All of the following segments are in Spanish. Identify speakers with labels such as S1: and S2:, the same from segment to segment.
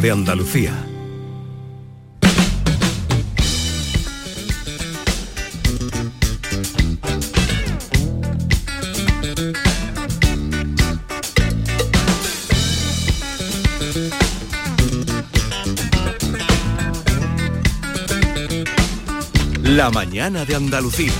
S1: de Andalucía. La mañana de Andalucía.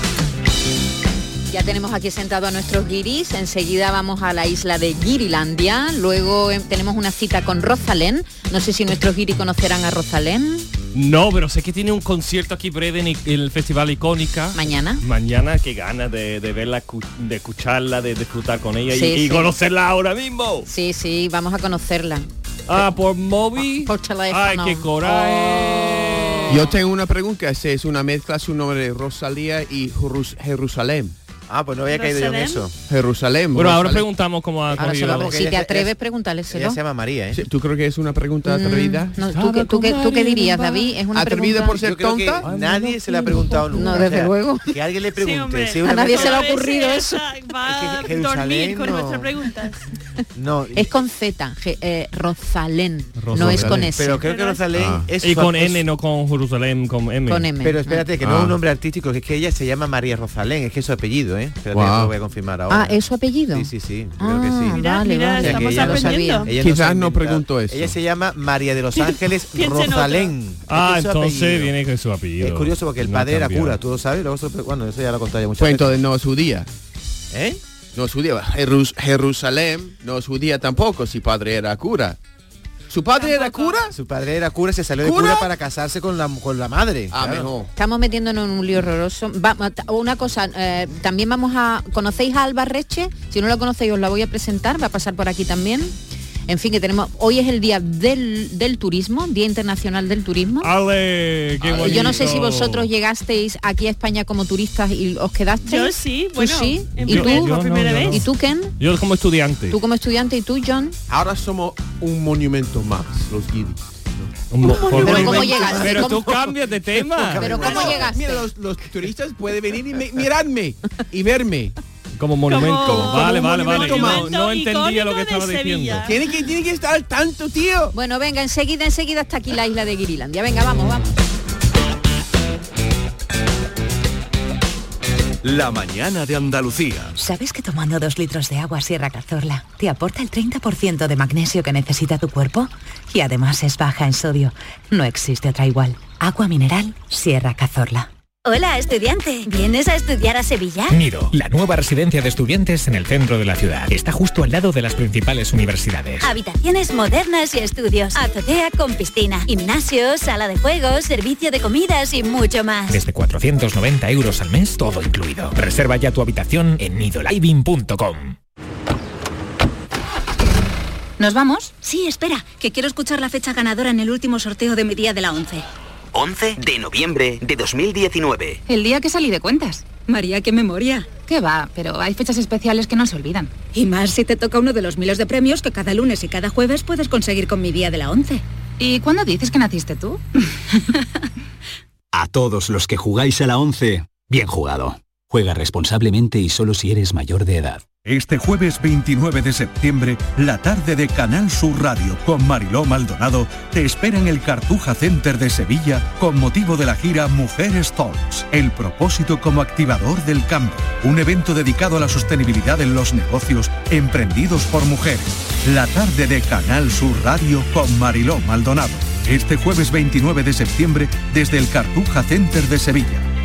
S2: Ya tenemos aquí sentado a nuestros guiris, enseguida vamos a la isla de Girilandia, luego eh, tenemos una cita con Rosalén, no sé si nuestros guiris conocerán a Rosalén.
S3: No, pero sé que tiene un concierto aquí breve en i- el Festival Icónica.
S2: Mañana.
S3: Mañana, qué ganas de, de verla, cu- de escucharla, de disfrutar con ella y-
S2: Sí,
S3: y,
S2: sí.
S3: conocerla ahora mismo.
S2: Sí, sí, vamos a conocerla.
S3: Ah, por móvil.
S2: Por teléfono. Oh.
S3: Ay, qué coraje.
S4: Yo tengo una pregunta, si es una mezcla su nombre de Rosalía y Jerus- Jerusalén.
S5: Ah, pues no había caído yo en eso.
S4: Jerusalén.
S3: Bueno, ahora
S4: Rosalén.
S3: preguntamos cómo ha
S2: Ahora se lo-
S3: cogido.
S5: vamos, que
S2: si
S5: ella
S2: te
S5: se-
S2: atreves,
S5: ella-
S2: pregúntaleselo.
S5: Ella se llama María, ¿eh?
S4: Sí, ¿Tú crees que es una pregunta
S2: Mm,
S4: atrevida?
S2: no, ¿tú, qué, tú qué- tú qué dirías, David? Es una
S4: ¿Atrevida
S2: pregunta...
S4: por ser
S5: Yo creo
S4: tonta?
S5: que nadie se le ha preguntado nunca.
S2: No, desde luego.
S5: Que alguien le
S6: Sí,
S5: pregunte.
S6: hombre.
S5: si una
S2: A nadie se le ha
S6: Toda
S5: persona-
S6: vez
S2: ocurrido
S6: ella
S2: eso.
S6: Va a
S5: Es que Jerusalén
S6: dormir con
S5: no.
S6: nuestras preguntas.
S5: No,
S2: Es con Z, je- eh, Rosalén, no es con
S4: Rosalén.
S2: S,
S5: pero creo que Rosalén
S4: Ah.
S5: es
S3: Y
S5: su-
S3: con
S5: es-
S3: N, no con Jerusalén, con M.
S2: con M.
S5: Pero espérate, que no
S4: Ah.
S5: es un nombre artístico, que es que ella se llama María Rosalén, es que es su apellido, ¿eh? Espérate,
S4: Guau.
S5: que te lo voy a confirmar ahora.
S2: Ah, ¿es su apellido?
S5: Sí, sí, sí, creo
S2: Ah,
S5: que sí.
S6: Mira,
S2: vale,
S6: mira,
S2: vale.
S5: estamos
S2: ya lo
S6: aprendiendo.
S2: sabía.
S5: Ella
S4: Quizás
S5: se
S4: no
S5: inventa-
S4: preguntó eso.
S5: Ella se llama María de los Ángeles
S6: Piensa en otra.
S5: Rosalén.
S3: Ah,
S5: Es que es su
S3: entonces
S5: apellido.
S3: viene con su apellido.
S5: Es curioso porque el
S3: No
S5: padre era
S3: cambia.
S5: cura, tú lo sabes, luego se- bueno, eso ya lo he contado ya muchas
S4: Pues
S5: veces.
S4: entonces no es judía.
S5: ¿Eh?
S4: No es judía. Jerus- Jerusalén no es judía tampoco, si padre era cura. ¿Su padre era cura?
S5: Su padre era cura, se salió de
S4: ¿Cura?
S5: cura para casarse con la, con la madre.
S4: Ah,
S5: claro.
S4: mejor.
S2: Estamos metiéndonos en un lío horroroso. Vamos, ta- una cosa, eh, también vamos a... ¿Conocéis a Alba Reche? Si no la conocéis os la voy a presentar, va a pasar por aquí también. En fin, que tenemos... Hoy es el Día del, del Turismo, Día Internacional del Turismo.
S6: Ah,
S3: Ale, qué
S2: Y Yo no sé si
S3: bonito.
S2: vosotros llegasteis aquí a España como turistas y os quedasteis.
S6: Yo sí,
S2: ¿Tú
S6: bueno,
S2: sí?
S6: en
S2: ¿Y
S3: Yo-
S2: tú?
S6: primer-
S3: yo
S6: por
S3: no,
S6: primera
S3: yo no.
S2: ¿Y
S6: vez.
S2: tú, Ken?
S3: Yo como estudiante.
S2: ¿Tú como estudiante y tú, John?
S4: Ahora somos un monumento más, los guiris.
S3: Un mo-
S6: ¿Pero
S3: por-
S2: cómo llegas?
S3: Pero
S2: ¿Cómo?
S3: tú cambias de tema.
S2: ¿Pero cómo
S4: Claro,
S2: llegaste?
S4: Mira, los, los turistas pueden venir y mi- mirarme y verme.
S3: Como monumento.
S6: Como-
S3: vale,
S4: como
S3: vale, vale.
S4: monumento
S3: No,
S6: más.
S3: no entendía lo
S6: Icónico
S3: que estaba
S6: de
S3: diciendo.
S6: Sevilla.
S4: Tiene que, tiene que estar al tanto, tío.
S2: Bueno, venga, enseguida, enseguida hasta aquí la isla de Guirilandia. Venga, vamos, vamos.
S1: La mañana de Andalucía.
S7: ¿Sabes que tomando dos litros de agua Sierra Cazorla te aporta el 30% de magnesio que necesita tu cuerpo? Y además es baja en sodio. No existe otra igual. Agua mineral Sierra Cazorla.
S8: Hola, estudiante. ¿Vienes a estudiar a Sevilla?
S9: Nido, la nueva residencia de estudiantes en el centro de la ciudad. Está justo al lado de las principales universidades.
S8: Habitaciones modernas y estudios. Azotea con piscina. Gimnasio, sala de juegos, servicio de comidas y mucho más.
S9: Desde 490 euros al mes, todo incluido. Reserva ya tu habitación en nidoliving.com.
S8: ¿Nos vamos? Sí, espera, que quiero escuchar la fecha ganadora en el último sorteo de mi día de la 11.
S10: 11 de noviembre de 2019.
S8: El día que salí de cuentas. María, qué memoria.
S11: ¿Qué va? Pero hay fechas especiales que no se olvidan.
S8: Y más si te toca uno de los miles de premios que cada lunes y cada jueves puedes conseguir con mi día de la 11.
S11: ¿Y cuándo dices que naciste tú?
S10: A todos los que jugáis a la 11, bien jugado. Juega responsablemente y solo si eres mayor de edad.
S12: Este jueves 29 de septiembre, la tarde de Canal Sur Radio con Mariló Maldonado te espera en el Cartuja Center de Sevilla con motivo de la gira Mujeres Talks, el propósito como activador del cambio, un evento dedicado a la sostenibilidad en los negocios emprendidos por mujeres. La tarde de Canal Sur Radio con Mariló Maldonado. Este jueves 29 de septiembre desde el Cartuja Center de Sevilla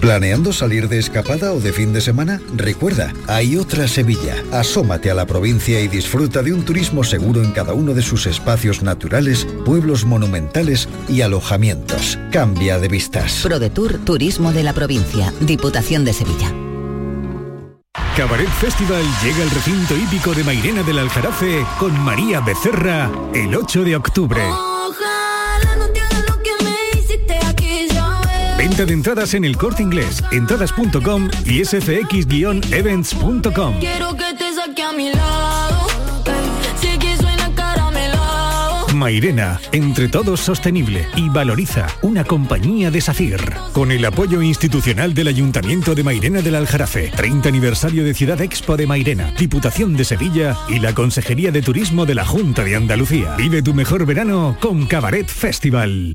S12: ¿Planeando salir de escapada o de fin de semana? Recuerda, hay otra Sevilla. Asómate a la provincia y disfruta de un turismo seguro en cada uno de sus espacios naturales, pueblos monumentales y alojamientos. Cambia de vistas.
S7: ProDetour Turismo de la Provincia, Diputación de Sevilla.
S9: Cabaret Festival llega al recinto hípico de Mairena del Aljarafe con María Becerra el 8 de octubre.
S6: Venta de entradas en el corte inglés, entradas.com y sfx-events.com.
S13: Quiero que te saque a mi lado. eh, Sé que suena caramelado.
S6: Mairena, entre todos sostenible y valoriza una compañía de SACIR. Con el apoyo institucional del Ayuntamiento de Mairena del Aljarafe, 30 aniversario de Ciudad Expo de Mairena, Diputación de Sevilla y la Consejería de Turismo de la Junta de Andalucía. Vive tu mejor verano con Cabaret Festival.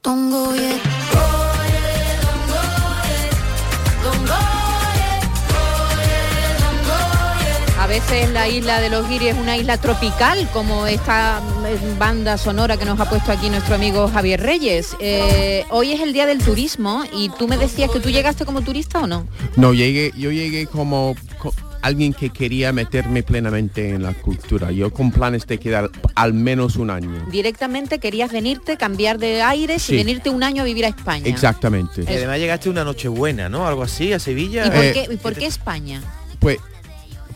S13: Tongo ye.
S2: A veces la isla de los guiris es una isla tropical, como esta mm, banda sonora que nos ha puesto aquí nuestro amigo Javier Reyes. Eh, hoy es el día del turismo y tú me decías que tú llegaste como turista o no.
S4: No, llegué, yo llegué como, co- alguien que quería meterme plenamente en la cultura. Yo con planes de quedar al menos un año.
S2: Directamente querías venirte, cambiar de aires
S4: Sí.
S2: y venirte un año a vivir a España.
S4: Exactamente.
S5: Y además llegaste una noche buena, ¿no? Algo así, a Sevilla.
S2: ¿Y por,
S4: Eh,
S2: qué, y por qué España?
S4: Pues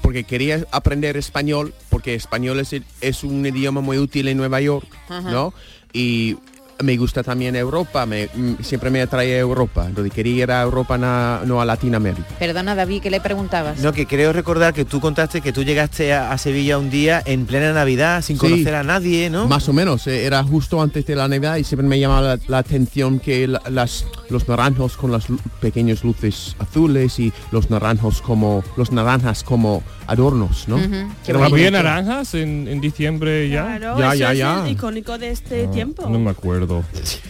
S4: porque quería aprender español, porque español es, el- es un idioma muy útil en Nueva York,
S2: Ajá.
S4: ¿no? Y me gusta también Europa, me, mm, siempre me atrae Europa. Entonces quería ir a Europa, na- no a Latinoamérica.
S2: Perdona, David, que le preguntabas.
S5: No, que creo recordar que tú contaste que tú llegaste a, a Sevilla un día en plena Navidad sin
S4: Sí.
S5: conocer a nadie, ¿no?
S4: Más o menos, eh, era justo antes de la Navidad y siempre me llamaba la, la atención que la- las, los naranjos con las lu- pequeñas luces azules y los naranjos como los naranjas como adornos, ¿no? Era muy
S3: ¿Había
S4: bonito.
S3: naranjas en, en diciembre ya?
S14: Claro, eso es el icónico de este tiempo.
S3: No me acuerdo.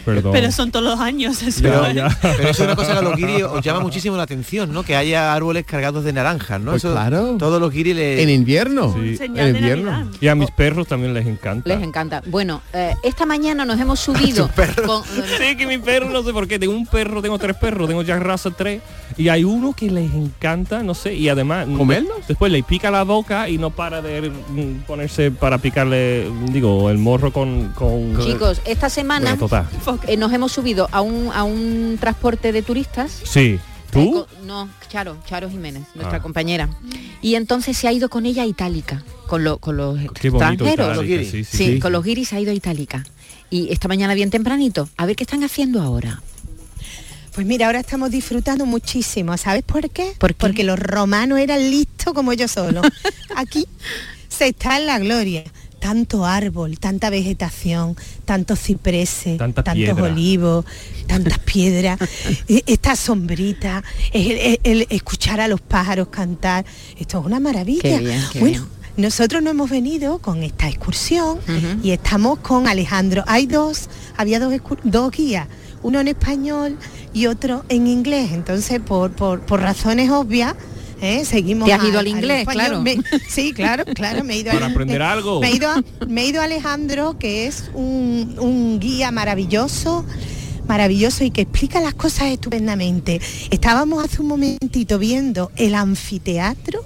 S3: Perdón.
S14: Pero son todos los años. eso,
S5: Pero,
S14: ¿eh?
S5: pero eso es una cosa que a los guiris os llama muchísimo la atención, ¿no? Que haya árboles cargados de naranjas, ¿no?
S4: Pues
S5: Eso-
S4: claro.
S5: Todos los guiris le...
S4: En invierno.
S3: Sí.
S2: Señal de Navidad.
S3: Y a mis perros también les encanta.
S2: Les encanta. Bueno, eh, esta mañana nos hemos subido con,
S3: Sí, que mi perro, no sé por qué, tengo un perro, tengo tres perros, tengo ya raza tres, y hay uno que les encanta, no sé, y además... mm,
S4: ¿Comerlo?
S3: Después le pica la boca y no para de mm, ponerse para picarle, mm, digo, el morro con... con
S2: Chicos, esta semana
S3: Bueno, total.
S2: eh, nos hemos subido a un, a un transporte de turistas.
S3: Sí. ¿Tú?
S2: No, Charo, Charo Jiménez, nuestra
S3: Ah.
S2: compañera. Y entonces se ha ido con ella a Itálica, con, lo- con los
S3: Qué bonito,
S2: extranjeros.
S3: Itálica, sí, sí, sí.
S2: con los guiris se ha ido a Itálica. Y esta mañana bien tempranito, a ver qué están haciendo ahora.
S15: Pues mira, ahora estamos disfrutando muchísimo. ¿Sabes por qué? Porque los romanos eran listos como yo solo. Aquí se está en la gloria. Tanto árbol, tanta vegetación, tantos cipreses,
S16: Tanta
S15: tantos
S16: piedra.
S15: olivos, tantas piedras, e- esta sombrita, el, el- el escuchar a los pájaros cantar. Esto es una maravilla.
S2: Qué bien, qué
S15: Bueno, Nosotros no hemos venido con esta excursión y estamos con Alejandro. Hay dos, había dos, excu- dos guías, uno en español y otro en inglés. Entonces, por, por, por razones obvias, ¿eh? seguimos.
S2: Te has ido al inglés,
S15: español.
S2: claro.
S15: Me- sí, claro, claro, me he ido
S3: Para
S15: al-
S3: aprender
S15: me-
S3: algo.
S15: Me he ido, a, me he ido a Alejandro, que es un, un guía maravilloso maravilloso y que explica las cosas estupendamente. Estábamos hace un momentito viendo el anfiteatro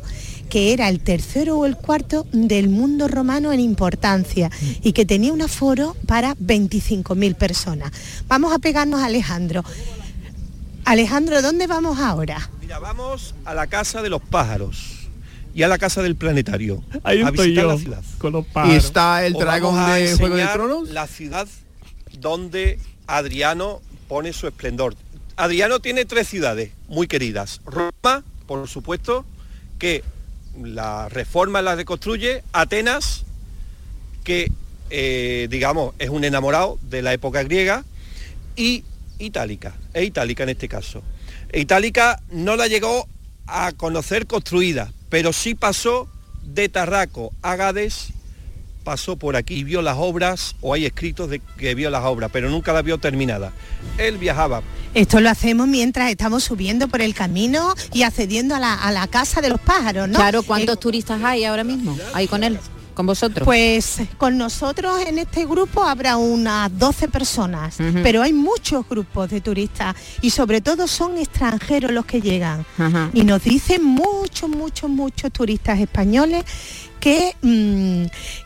S15: que era el tercero o el cuarto del mundo romano en importancia
S3: Mm.
S15: y que tenía un aforo para 25.000 personas. Vamos a pegarnos a Alejandro. Alejandro, ¿dónde vamos ahora?
S17: Mira, vamos a la casa de los pájaros y a la casa del planetario.
S3: Ahí
S17: a
S3: estoy
S17: visitar
S3: yo,
S17: la ciudad.
S3: con los pájaros. ¿Y está el
S17: Os
S3: dragón
S17: vamos a
S3: de Juego de
S17: enseñar
S3: Tronos?
S17: La ciudad donde Adriano pone su esplendor. Adriano tiene tres ciudades muy queridas. Roma, por supuesto, que la reforma la reconstruye. Atenas, que eh, digamos es un enamorado de la época griega y itálica, e itálica en este caso. E itálica no la llegó a conocer construida, pero sí pasó de Tarraco a Gades, pasó por aquí y vio las obras, o hay escritos de que vio las obras, pero nunca las vio terminadas. Él viajaba
S15: Esto lo hacemos mientras estamos subiendo por el camino y accediendo a la, a la casa de los pájaros, ¿no? Eh,
S2: Claro, ¿cuántos turistas hay ahora mismo? ¿Hay con él? ¿Con vosotros?
S15: Pues con nosotros en este grupo habrá unas 12 personas,
S2: Ujú.
S15: pero hay muchos grupos de turistas y sobre todo son extranjeros los que llegan.
S2: Ajá.
S15: Y nos dicen muchos, muchos, muchos turistas españoles que, mm,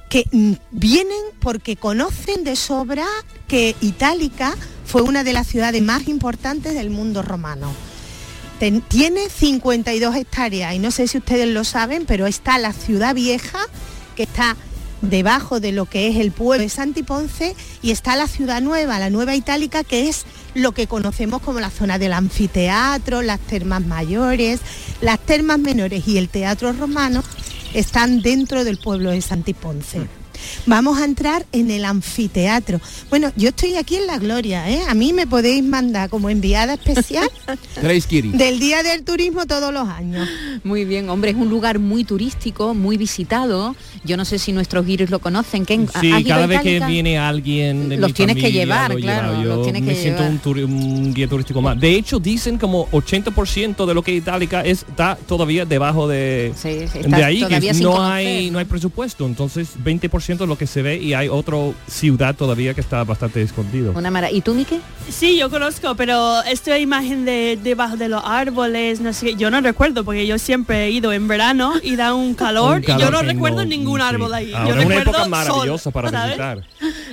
S15: que mm, vienen porque conocen de sobra que Itálica fue una de las ciudades más importantes del mundo romano. Ten- tiene 52 hectáreas y no sé si ustedes lo saben, pero está la ciudad vieja, que está debajo de lo que es el pueblo de Santiponce, y está la ciudad nueva, la nueva itálica, que es lo que conocemos como la zona del anfiteatro, las termas mayores, las termas menores y el teatro romano están dentro del pueblo de Santiponce. Vamos a entrar en el anfiteatro. Bueno, yo estoy aquí en la gloria, ¿eh? A mí me podéis mandar como enviada especial
S4: Tres guiris.
S15: del Día del Turismo todos los años.
S2: Muy bien, hombre, es un lugar muy turístico, muy visitado. Yo no sé si nuestros giros lo conocen. ¿Ken?
S3: Sí,
S2: ¿Has ido a
S3: cada vez
S2: Itálica?
S3: que viene alguien de
S2: Los
S3: mi
S2: tienes que
S3: familia,
S2: llevar,
S3: lo he llevado
S2: claro,
S3: yo.
S2: los tienes que
S3: Me siento
S2: llevar.
S3: un, turi- un guía turístico más. De hecho, dicen como 80% de lo que Itálica es, está todavía debajo de,
S2: está
S3: de ahí,
S2: todavía
S3: que
S2: sin
S3: no
S2: conocer.
S3: hay, no hay presupuesto. Entonces, 20% es lo que se ve y hay otra ciudad todavía que está bastante escondido.
S2: Una mara. ¿Y tú, Miki?
S14: Sí, yo conozco, pero esta imagen de debajo de los árboles, no sé, qué, yo no recuerdo porque yo siempre he ido en verano y da un calor,
S3: Un calor
S14: y yo no
S3: que
S14: recuerdo
S3: no-
S14: ningún
S3: sí.
S14: árbol ahí.
S3: Ahora,
S14: yo
S3: una
S14: recuerdo
S3: época
S14: sol,
S3: maravillosa para
S14: ¿sabes?
S3: visitar.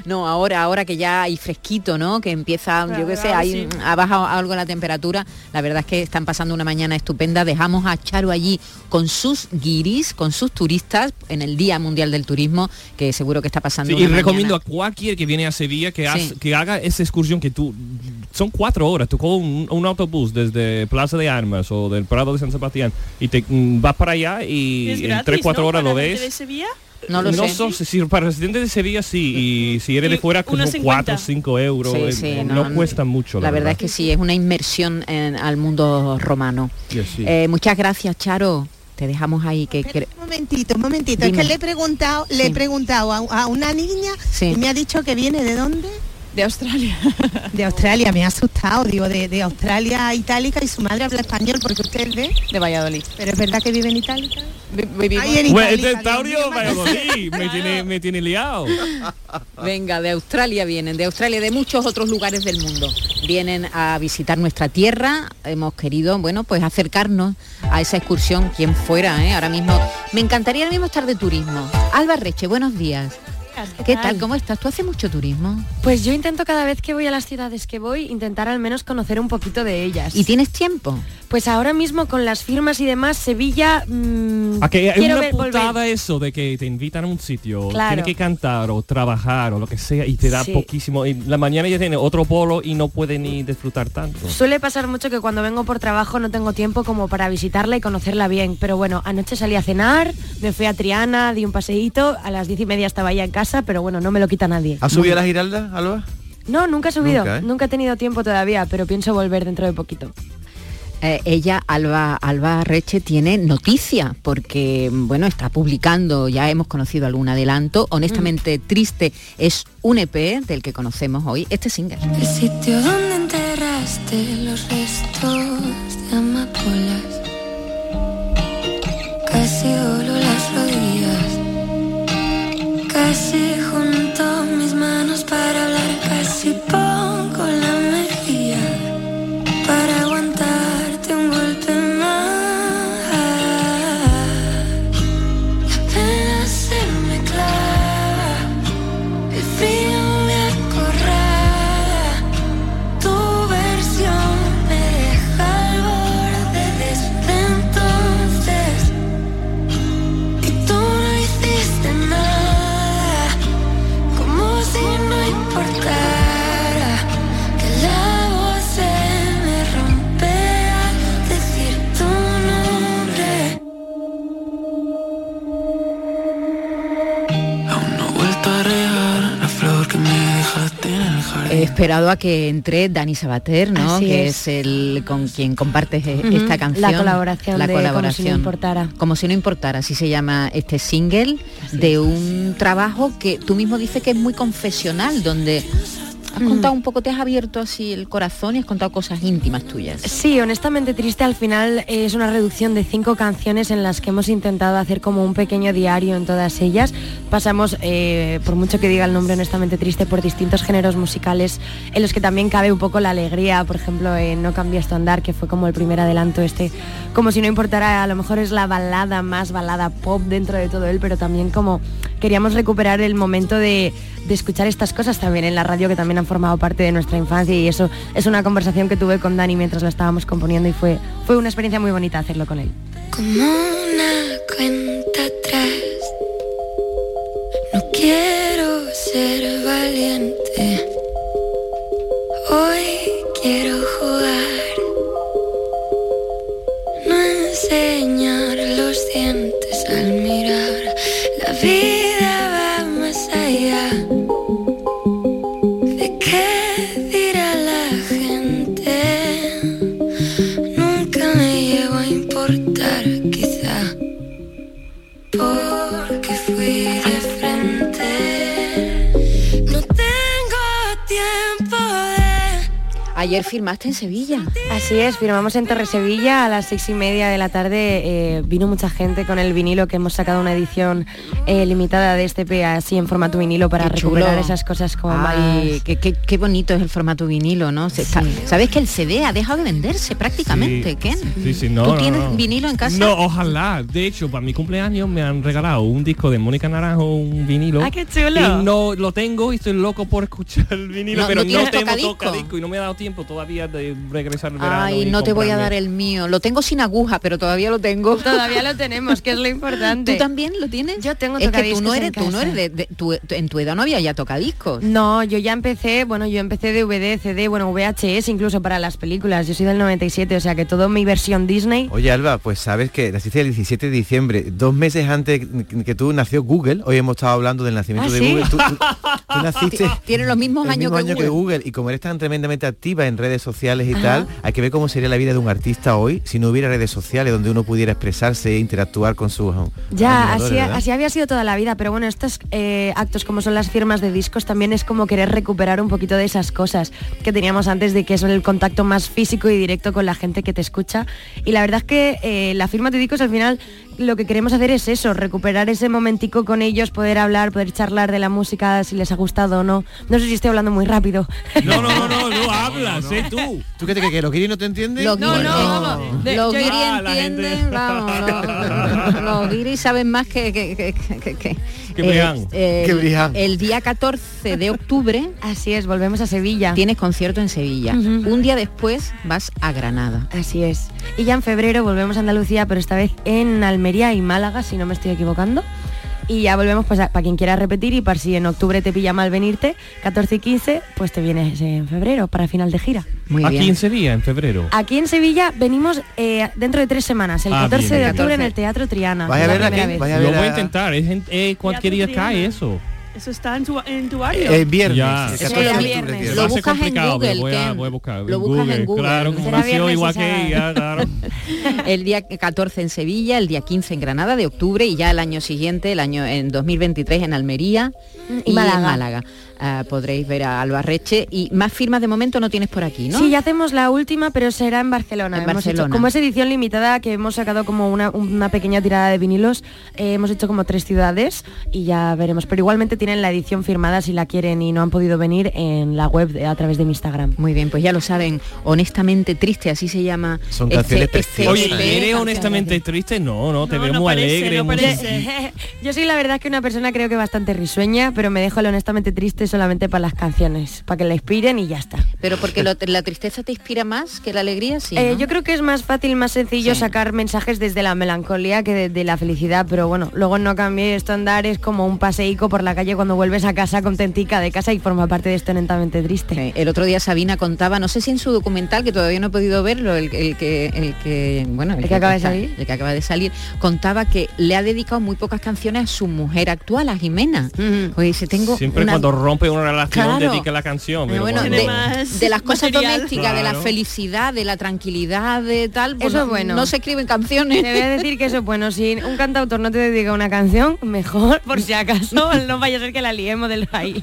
S2: No, ahora, ahora que ya hay fresquito, ¿no? Que empieza, yo qué sé,
S14: Claro,
S2: hay-
S14: sí.
S2: ha bajado algo la temperatura. La verdad es que están pasando una mañana estupenda. Dejamos a Charo allí con sus guiris, con sus turistas, en el Día Mundial del Turismo, que seguro que está pasando.
S3: Sí,
S2: una
S3: y
S2: mañana.
S3: recomiendo a cualquier que viene a Sevilla que, haz-
S2: Sí.
S3: que haga esa excursión que tú... Son cuatro horas, tú coges un, un autobús desde Plaza de Armas o del Prado de San Sebastián y te mm, vas para allá y
S14: Es
S3: en
S14: gratis,
S3: tres, cuatro
S14: ¿no?
S3: horas lo
S14: Para gente
S3: ves.
S14: de Sevilla.
S3: son- si para residentes de Sevilla sí, y si eres de fuera como
S14: unos
S3: 4
S14: 50.
S3: o 5 euros,
S2: Sí,
S3: eh,
S2: sí,
S3: no,
S2: no,
S3: cuesta mucho. La,
S2: La verdad es que sí, es una inmersión en- al mundo romano. Eh, muchas gracias, Charo. Te dejamos ahí que... cre-
S15: Un momentito, un momentito.
S2: Dime.
S15: Es que le he preguntado, le he
S2: Sí.
S15: preguntado a, a una niña
S2: Sí.
S15: y me ha dicho que viene de dónde?
S11: De Australia.
S15: De Australia, me ha asustado, digo, de, de Australia a Itálica y su madre habla español porque usted ve.
S11: De Valladolid.
S15: Pero es verdad que vive en Itálica. Ay, en
S3: Bueno,
S15: Itálica,
S3: este
S15: Dios
S3: Taurio
S15: mío,
S3: Valladolid, me tiene, me tiene liado.
S2: Venga, de Australia vienen, de Australia, de muchos otros lugares del mundo. Vienen a visitar nuestra tierra. Hemos querido, bueno, pues acercarnos a esa excursión, quien fuera, ¿eh? Ahora mismo. Me encantaría ahora mismo estar de turismo. Alba Reche, buenos días. ¿Qué tal? ¿Cómo estás? ¿Tú haces mucho turismo?
S16: Pues yo intento cada vez que voy a las ciudades que voy intentar al menos conocer un poquito de ellas.
S2: ¿Y tienes tiempo?
S16: Pues ahora mismo con las firmas y demás, Sevilla... mm,
S3: A Ah, que es
S16: quiero
S3: una
S16: ver- volver.
S3: putada eso de que te invitan a un sitio,
S16: Claro.
S3: tienes que cantar o trabajar o lo que sea y te da
S16: Sí.
S3: poquísimo. Y la mañana ya tiene otro polo y no puede ni disfrutar tanto.
S16: Suele pasar mucho que cuando vengo por trabajo no tengo tiempo como para visitarla y conocerla bien. Pero bueno, anoche salí a cenar, me fui a Triana, di un paseíto, a las diez y media estaba ya en casa, pero bueno, no me lo quita nadie.
S5: ¿Has subido a la Giralda, Alba?
S16: No, nunca he subido,
S5: Nunca,
S16: nunca,
S5: ¿eh?
S16: he tenido tiempo todavía, pero pienso volver dentro de poquito.
S2: Eh, ella, Alba, Alba Reche, tiene noticia porque, bueno, está publicando, ya hemos conocido algún adelanto. Honestamente, triste es un EP del que conocemos hoy este single.
S13: El sitio donde enterraste los restos de amapolas Casi doblo las rodillas Casi junto mis manos para hablar Casi pongo la mejilla Para aguantarte un golpe más La pena se me clava el frío me acorrala, tu versión me deja al borde desde entonces. Y tú no hiciste nada,
S2: He esperado a que entre Dani Sabater, ¿no?
S16: Así
S2: que
S16: es.
S2: es. el con quien compartes e-
S16: Ujú,
S2: esta
S16: la
S2: canción.
S16: colaboración
S2: La
S16: de Como si no
S2: colaboración.
S16: importara.
S2: Como si no importara, así se llama este single de un trabajo que tú mismo dices que es muy confesional, donde has contado un poco, te has abierto así el corazón y has contado cosas íntimas tuyas.
S16: Sí, honestamente triste al final eh, es una reducción de cinco canciones en las que hemos intentado hacer como un pequeño diario en todas ellas. Pasamos, eh, por mucho que diga el nombre honestamente triste, por distintos géneros musicales en los que también cabe un poco la alegría, por ejemplo en No cambias tu andar, que fue como el primer adelanto este, como si no importara, a lo mejor es la balada más balada pop dentro de todo él, pero también como queríamos recuperar el momento de, de escuchar estas cosas también en la radio que también han formado parte de nuestra infancia y eso es una conversación que tuve con Dani mientras la estábamos componiendo y fue, fue una experiencia muy bonita hacerlo con él.
S13: Como una cuenta atrás. No quiero ser valiente. Hoy quiero jugar. No enseñar los dientes al mirar. La vida va más allá. ¿De qué dirá la gente? Nunca me llevo a importar, quizá porque fui de frente. No tengo tiempo de
S2: Ayer firmaste en Sevilla.
S16: Así es, firmamos en Torre Sevilla a las seis y media de la tarde. eh, vino mucha gente con el vinilo que hemos sacado una edición eh, limitada de este P así en formato vinilo para
S2: Qué chulo.
S16: recuperar esas cosas como
S2: Ay,
S16: más-
S2: qué, qué- qué bonito es el formato vinilo, ¿no? Se está- Sabes que el CD ha dejado de venderse prácticamente, Ken.
S3: Sí, sí, no,
S2: ¿Tú
S3: no,
S2: tienes
S3: no.
S2: vinilo en casa?
S3: No, ojalá. De hecho, para mi cumpleaños me han regalado un disco de Mónica Naranjo, un vinilo.
S16: ¡Ah, qué chulo!
S3: Y no lo tengo y estoy loco por escuchar el vinilo,
S2: No,
S3: pero
S2: ¿no
S3: no,
S2: tienes
S3: tengo
S2: tocadisco?
S3: tocadisco y no me ha dado tiempo todavía de regresar al verano.
S2: Ay,
S3: y
S2: no te voy a
S3: comprarme.
S2: dar el mío. Lo tengo sin aguja, pero todavía lo tengo.
S16: Todavía lo tenemos, que es lo importante.
S2: ¿Tú también lo tienes?
S16: Yo tengo
S2: Es que tú no
S16: tocadiscos en
S2: eres, tú no
S16: casa.
S2: eres de, de- tú- tú- en tu edad no había ya tocadiscos.
S16: No, yo ya empecé, bueno, yo empecé DVD, CD, bueno, VHS incluso para las películas. Yo soy del 97, o sea que todo mi versión Disney.
S5: Oye, Alba, pues sabes que naciste el 17 de diciembre, dos meses antes que tú nació Google, hoy hemos estado hablando del nacimiento
S2: ¿Ah,
S5: de
S2: sí?
S5: Google, tú, tú- tú naciste...
S2: Tiene los mismos
S5: El
S2: años
S5: mismo
S2: que
S5: año que
S2: Google.
S5: Google y como eres tan tremendamente activa en redes sociales y
S2: Ajá.
S5: tal, hay que ver cómo sería la vida de un artista hoy si no hubiera redes sociales donde uno pudiera expresarse e interactuar con sus
S16: Ya,
S5: admiradores,
S16: así,
S5: Ah, ¿verdad?
S16: así había sido toda la vida, pero bueno, estos eh, actos como son las firmas de discos también es como querer recuperar un poquito de esas cosas que teníamos antes de que es el contacto más físico y directo con la gente que te escucha. Y la verdad es que eh, la firma de discos al final lo que queremos hacer es eso, recuperar ese momentico con ellos, poder hablar, poder charlar de la música, si les ha gustado o no. No sé si estoy hablando muy rápido.
S3: No, no, no, no, habla, sé tú.
S5: ¿Tú qué te crees que los guiris no te entienden?
S2: Los guiris,
S16: de-
S2: los
S16: yo-
S2: guiris
S16: Ah, la gente-
S2: entienden, vamos, los, los guiris saben más que... que, que, que- que-
S16: Que
S2: Eh,
S16: Brian.
S2: el-
S16: Que Brian.
S2: El día 14 de octubre...
S16: Así es, volvemos a Sevilla.
S2: Tienes concierto en Sevilla.
S16: Ujú.
S2: Un día después vas a Granada.
S16: Así es. Y ya en febrero volvemos a Andalucía, pero esta vez en Almería y Málaga, si no me estoy equivocando. Y ya volvemos pues, para quien quiera repetir y para si en octubre te pilla mal venirte, 14 y 15, pues te vienes en febrero para final de gira.
S3: Aquí en Sevilla, en febrero.
S16: Aquí en Sevilla venimos eh, dentro de tres semanas, el
S3: Ah,
S16: 14
S3: bien,
S16: de
S3: bien.
S16: octubre en el Teatro Triana.
S3: Vaya
S16: la
S3: a ver la
S16: primera
S3: que-
S16: vez.
S3: vaya a Lo ver voy a a- intentar, es en, eh, cualquier día cae eso.
S14: Eso está en tu, en tu área.
S3: El viernes,
S14: Ya.
S3: el 14 de octubre
S14: viernes.
S3: tiene. Va a ser complicado, pero voy a- voy a buscar.
S2: Lo buscas en
S3: Google,
S2: Google.
S3: claro, como
S2: Será
S3: nació
S2: viernes
S3: igual
S2: y
S3: que
S2: sábado.
S3: ella, claro.
S2: El día 14 en Sevilla, el día 15 en Granada de octubre y ya el año siguiente, el año en 2023 en Almería
S16: Y
S2: y,
S16: Málaga.
S2: en Málaga. Ah, podréis ver a Albarreche y más firmas de momento no tienes por aquí, ¿no?
S16: Sí, ya hacemos la última, pero será en Barcelona.
S2: En
S16: Hemos hecho-
S2: Barcelona.
S16: como es edición limitada, que hemos sacado como una, una pequeña tirada de vinilos, eh, hemos hecho como tres ciudades y ya veremos. Pero igualmente tienen la edición firmada si la quieren y no han podido venir en la web eh, a través de mi Instagram.
S2: Muy bien, pues ya lo saben, honestamente triste, así se llama.
S3: Son
S2: canciones
S3: Oye, ¿eres honestamente triste? No, no, te veo muy alegre. muy-
S16: Yo soy la verdad que una persona creo que bastante risueña, pero me dejo el honestamente triste solamente para las canciones, para que la inspiren y ya está.
S2: Pero porque lo- la tristeza te inspira más que la alegría, sí.
S16: Eh,
S2: ¿no?
S16: yo creo que es más fácil, más sencillo
S2: Sí.
S16: sacar mensajes desde la melancolía que desde la felicidad, pero bueno, luego no cambié esto andar es como un paseico por la calle calle cuando vuelves a casa contentica de casa y forma parte de este lentamente triste.
S2: El otro día Sabina contaba, no sé si en su documental, que todavía no he podido verlo, el, el que, el que, bueno,
S16: ¿El que acaba de salir?
S2: el que acaba de salir, contaba que le ha dedicado muy pocas canciones a su mujer actual, a Jimena. Pues dice, tengo
S3: Siempre
S2: una-
S3: cuando rompe una relación
S2: Claro.
S3: dedica la canción. pero
S2: bueno,
S3: cuando-
S2: de,
S16: Ah,
S2: de las cosas
S3: material.
S2: domésticas, de la
S3: Claro.
S2: felicidad, de la tranquilidad, de tal, pues
S16: Eso es
S2: no-
S16: bueno.
S2: no se escriben canciones.
S16: Te voy a decir que eso es bueno. Si un cantautor no te dedica una canción, mejor, por si acaso, no vaya a ser que la liemos del país.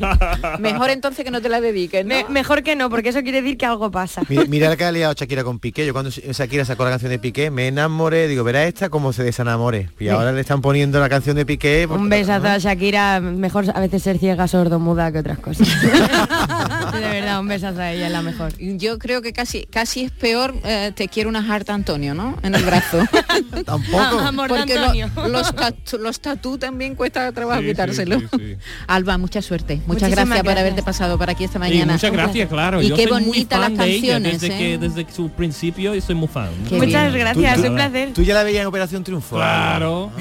S2: Mejor entonces que no te la dediques, ¿no?
S16: mejor que no, porque eso quiere decir que algo pasa.
S5: Mira, mira la que ha liado Shakira con Piqué. Yo cuando Shakira sacó la canción de Piqué, me enamoré, digo, verá esta cómo se desenamore. Y ahora le están poniendo la canción de Piqué. pues, por-
S16: Un besazo a Shakira, mejor a veces ser ciega, sordo, muda que otras cosas. de verdad, un besazo a ella, es la mejor.
S2: Yo creo que casi casi es peor eh, te quiero una harta Antonio, ¿no? En el brazo.
S5: Tampoco.
S16: Ah, amor de
S2: Porque lo-
S16: Antonio.
S2: los, tatu, los tatú también cuesta trabajo
S3: Sí, sí,
S2: quitárselo.
S3: sí,
S2: Alba, mucha suerte. Muchas
S16: Muchísimas
S2: gracias, por
S16: gracias.
S2: haberte pasado por aquí esta
S3: Y
S2: mañana.
S3: muchas gracias, claro.
S2: Y
S3: Yo
S2: qué
S3: soy muy
S2: bonitas las
S3: fan de ella
S2: canciones.
S3: desde,
S2: ¿eh?
S3: que, desde su principio y soy muy fan.
S2: Qué Muchas bien.
S16: gracias,
S5: Tú-
S16: un placer.
S5: Tú ya la veías en Operación Triunfo.
S3: Claro.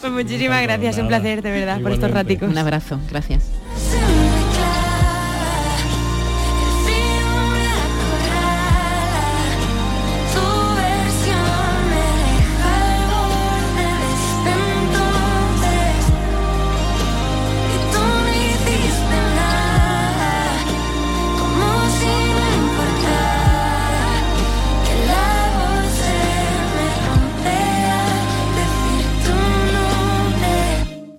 S16: Pues muchísimas gracias, un placer, de verdad, por estos
S5: Igualmente.
S16: raticos.
S2: Un abrazo, gracias.
S13: Tu versión me deja al borde desde entonces Y tú no hiciste nada Como si no importara Que la voz se me rompiera Decir tu nombre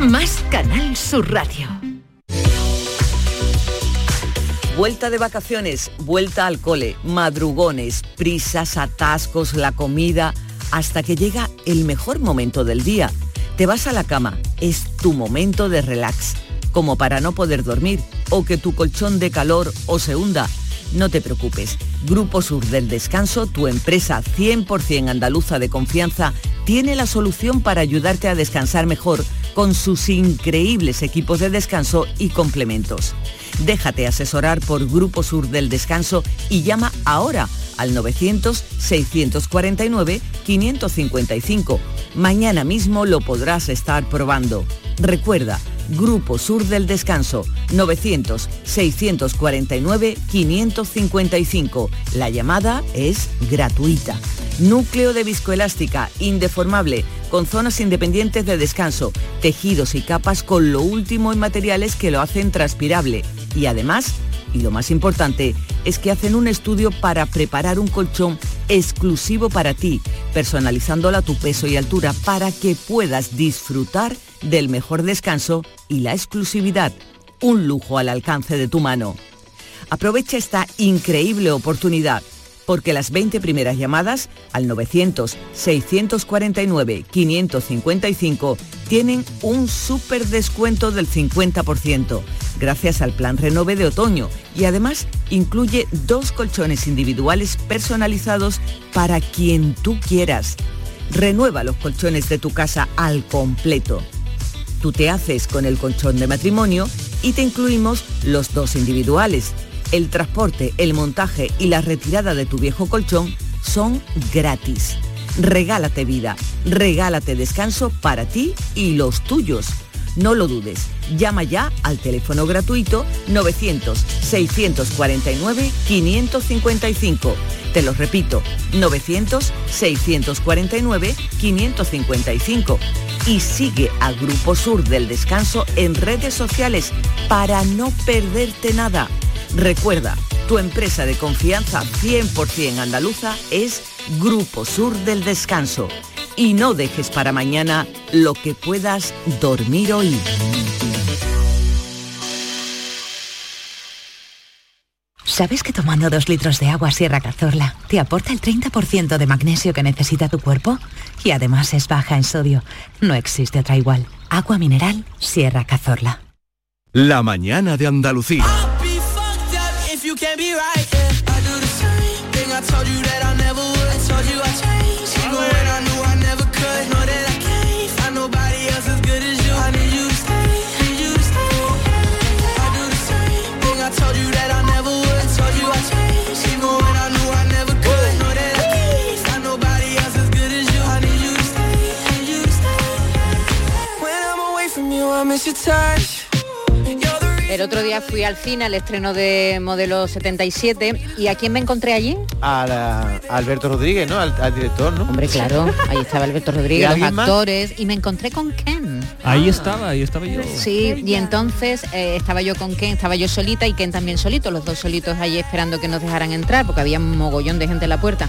S18: más Canal Sur Radio.
S19: Vuelta de vacaciones, vuelta al cole, madrugones, prisas, atascos, la comida, hasta que llega el mejor momento del día. Te vas a la cama, es tu momento de relax, como para no poder dormir o que tu colchón de calor o se hunda. No te preocupes, Grupo Sur del Descanso, tu empresa 100% andaluza de confianza, tiene la solución para ayudarte a descansar mejor con sus increíbles equipos de descanso y complementos. Déjate asesorar por Grupo Sur del Descanso y llama ahora al 900-649-555. Mañana mismo lo podrás estar probando. Recuerda, Grupo Sur del Descanso, 900-649-555. La llamada es gratuita. Núcleo de viscoelástica, indeformable, con zonas independientes de descanso, tejidos y capas con lo último en materiales que lo hacen transpirable. Y además, y lo más importante es que hacen un estudio para preparar un colchón exclusivo para ti, personalizándolo a tu peso y altura para que puedas disfrutar del mejor descanso y la exclusividad, un lujo al alcance de tu mano. Aprovecha esta increíble oportunidad porque las 20 primeras llamadas al 900-649-555 tienen un súper descuento del 50% gracias al plan Renove de otoño y además incluye dos colchones individuales personalizados para quien tú quieras. Renueva los colchones de tu casa al completo. Tú te haces con el colchón de matrimonio y te incluimos los dos individuales. El transporte, el montaje y la retirada de tu viejo colchón son gratis. Regálate vida, regálate descanso para ti y los tuyos. No lo dudes, llama ya al teléfono gratuito 900-649-555. Te lo repito, 900-649-555 y sigue a Grupo Sur del Descanso en redes sociales para no perderte nada. Recuerda, tu empresa de confianza 100% andaluza es Grupo Sur del Descanso. Y no dejes para mañana lo que puedas dormir hoy.
S7: ¿Sabes que tomando dos litros de agua Sierra Cazorla te aporta el 30% de magnesio que necesita tu cuerpo? Y además es baja en sodio. No existe otra igual. Agua mineral Sierra Cazorla.
S1: La mañana de Andalucía.
S8: Be fucked up if you can't be right. Yeah. I do the same thing I told you that I never would. I told you I changed. Even when I knew I never could. Know that I can't find nobody else as good as you. I need you to stay. Need you to stay. I do the same thing I told you that I never would. I told you I changed. Even when I knew I never could. Know that I can't find nobody else as good as you. I need you to stay. Need you to stay. When I'm away from you, I miss your touch.
S2: El otro día fui al cine al estreno de Modelo 77 y ¿a quién me encontré allí?
S5: A, la- a Alberto Rodríguez, ¿no? Al, al director, ¿no?
S2: Hombre, claro. Ahí estaba Alberto Rodríguez, los
S5: alguien más?
S2: actores y me encontré con Ken.
S3: Ahí estaba, ahí estaba yo.
S2: Sí, y entonces eh, estaba yo con Ken, estaba yo solita y Ken también solito, los dos solitos allí esperando que nos dejaran entrar porque había un mogollón de gente en la puerta.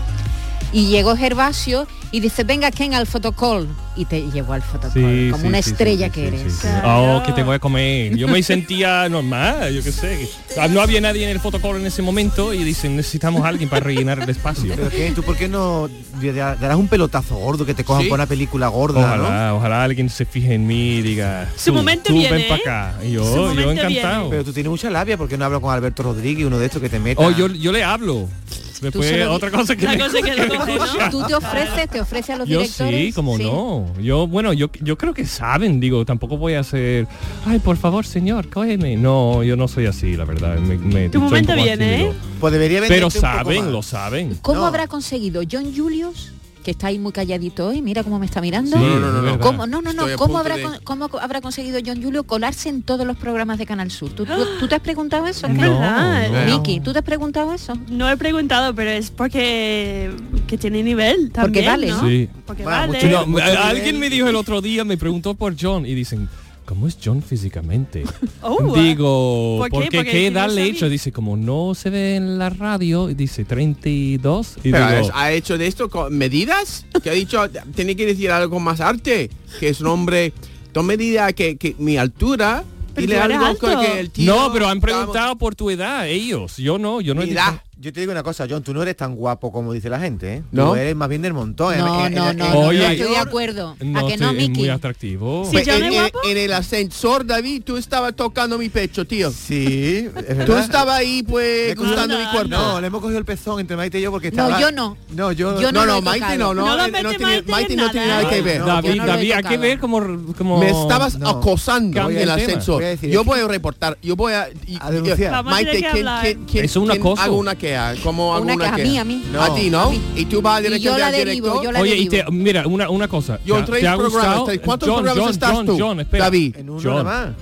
S2: Y llegó Gervasio y dice, venga Ken al fotocall. Y te llevó al fotocall,
S3: Sí,
S2: como
S3: sí,
S2: una
S3: sí, sí,
S2: estrella
S3: sí,
S2: que eres.
S3: Oh, que te voy a comer. Yo me sentía normal, yo qué sé. Ah, No había nadie en el fotocall en ese momento y dicen, necesitamos a alguien para rellenar el espacio.
S5: Pero que tú por qué no le da- darás un pelotazo gordo que te cojan
S3: Sí.
S5: por una película gorda, ¿no?
S3: Ojalá, ojalá alguien se fije en mí y diga,
S5: Su
S3: tú,
S5: momento
S3: tú
S5: viene, ¿eh?
S3: ven para
S4: ¿eh?
S3: acá. Y yo, yo encantado.
S5: Pero tú tienes mucha labia porque no hablo con Alberto Rodríguez, uno de estos que te mete.
S3: Oh, yo, yo le hablo.
S5: se
S3: Después
S5: lo-
S3: otra cosa que
S5: La
S3: me-
S5: cosa que le coge, ¿no?
S2: Tú te ofreces, te ofreces a los
S3: Yo
S2: directores.
S3: sí, como no. Yo, bueno, yo, yo creo que saben, digo, tampoco voy a hacer, ay, por favor, señor, cógeme. No, yo no soy así, la verdad. Me, me- soy un poco
S14: ¿eh?
S3: tímido.
S5: Pues debería
S3: Pero
S5: venderte un poco
S3: saben,
S5: más.
S3: lo saben.
S2: ¿Cómo habrá conseguido John Julius? que está ahí muy calladito hoy, mira cómo me está mirando.
S3: Sí, No, no, no, no.
S2: ¿Cómo, no, no, no,
S3: Estoy a
S2: ¿cómo,
S3: punto
S2: habrá,
S3: de-
S2: con- cómo co- habrá conseguido John Julio colarse en todos los programas de Canal Sur? ¿Tú, tú, tú te has preguntado eso? Ken?
S14: verdad, no. no.
S2: Miki, ¿tú te has preguntado eso?
S14: No he preguntado, pero es porque que tiene nivel también,
S2: vale.
S14: ¿no?
S3: Sí.
S14: Porque
S3: No,
S14: vale.
S3: a- alguien me dijo el otro día, me preguntó por John y dicen, ¿cómo es John físicamente?
S14: Oh,
S3: Digo,
S14: ¿por qué?
S3: porque
S14: Porque
S3: qué
S14: yo no
S3: edad le he
S14: sabía.
S3: hecho? Dice, como no se ve en la radio, y dice 32. Y
S4: Pero
S3: digo,
S4: ¿ha- ¿Ha hecho de esto con medidas? Que ha dicho, tiene que decir algo con más arte, que es un hombre, tome medida que, que mi altura,
S3: Pero
S4: dile
S3: tú eres
S4: algo con
S3: alto.
S4: que el tío...
S3: No, pero han preguntado por tu edad, ellos. Yo no, yo no he
S5: Mi edad. Yo te digo una cosa, John, tú no eres tan guapo como dice la gente, ¿eh?
S3: No.
S5: Tú eres más bien del montón.
S2: No,
S5: En- en-
S2: no,
S5: en-
S2: no,
S5: en-
S2: no,
S5: Oye,
S2: no estoy de acuerdo. ¿A que no,
S3: estoy- es
S2: Miki?
S3: muy atractivo.
S4: Pues en, en- en el ascensor, David, tú estabas tocando mi pecho, tío.
S5: Sí,
S4: Tú
S5: verdad.
S4: estabas ahí,
S5: Me
S4: pues,
S5: he cogido-
S4: gustando mi cuerpo.
S5: No, le hemos cogido el pezón entre Maite y yo porque
S4: No,
S5: estaba...
S4: yo no.
S5: No, yo...
S4: Yo no No, lo no, he Maite tocado. no, no, No lo eh, mete no tiene- Maite en Maite no tiene nada. ¿eh? nada que ver. No,
S3: David,
S4: yo no lo he
S3: David, hay que
S4: tocado.
S3: ver como, como
S4: Me estabas acosando en
S3: Cambia
S4: el
S3: tema.
S4: ascensor.
S3: Voy a decir,
S4: yo
S3: es
S4: voy a reportar, yo voy a... y- y-
S3: denunciar. Vamos a
S4: Maite,
S3: tener que
S4: ¿quién,
S3: hablar.
S4: quién, quién-
S3: Eso es un
S4: quién
S3: acoso.
S4: hago una quea? ¿Cómo hago
S2: Una
S4: una,
S2: que a
S4: quea?
S2: mí, a mí.
S4: A ti, ¿no?
S2: A mí.
S4: Y tú vas
S2: Y yo
S4: directamente
S2: la
S4: al
S2: derivo,
S4: director.
S2: yo la
S3: Oye, y te- mira, una, una cosa.
S4: Yo en
S3: ¿Te-
S4: tres
S3: te ha
S4: programas,
S3: gustado?
S4: tres- ¿cuántos
S3: John,
S4: programas
S3: John,
S4: estás
S3: John,
S4: tú,
S3: John, espera.
S4: David?
S5: En uno nada
S3: John,
S5: más.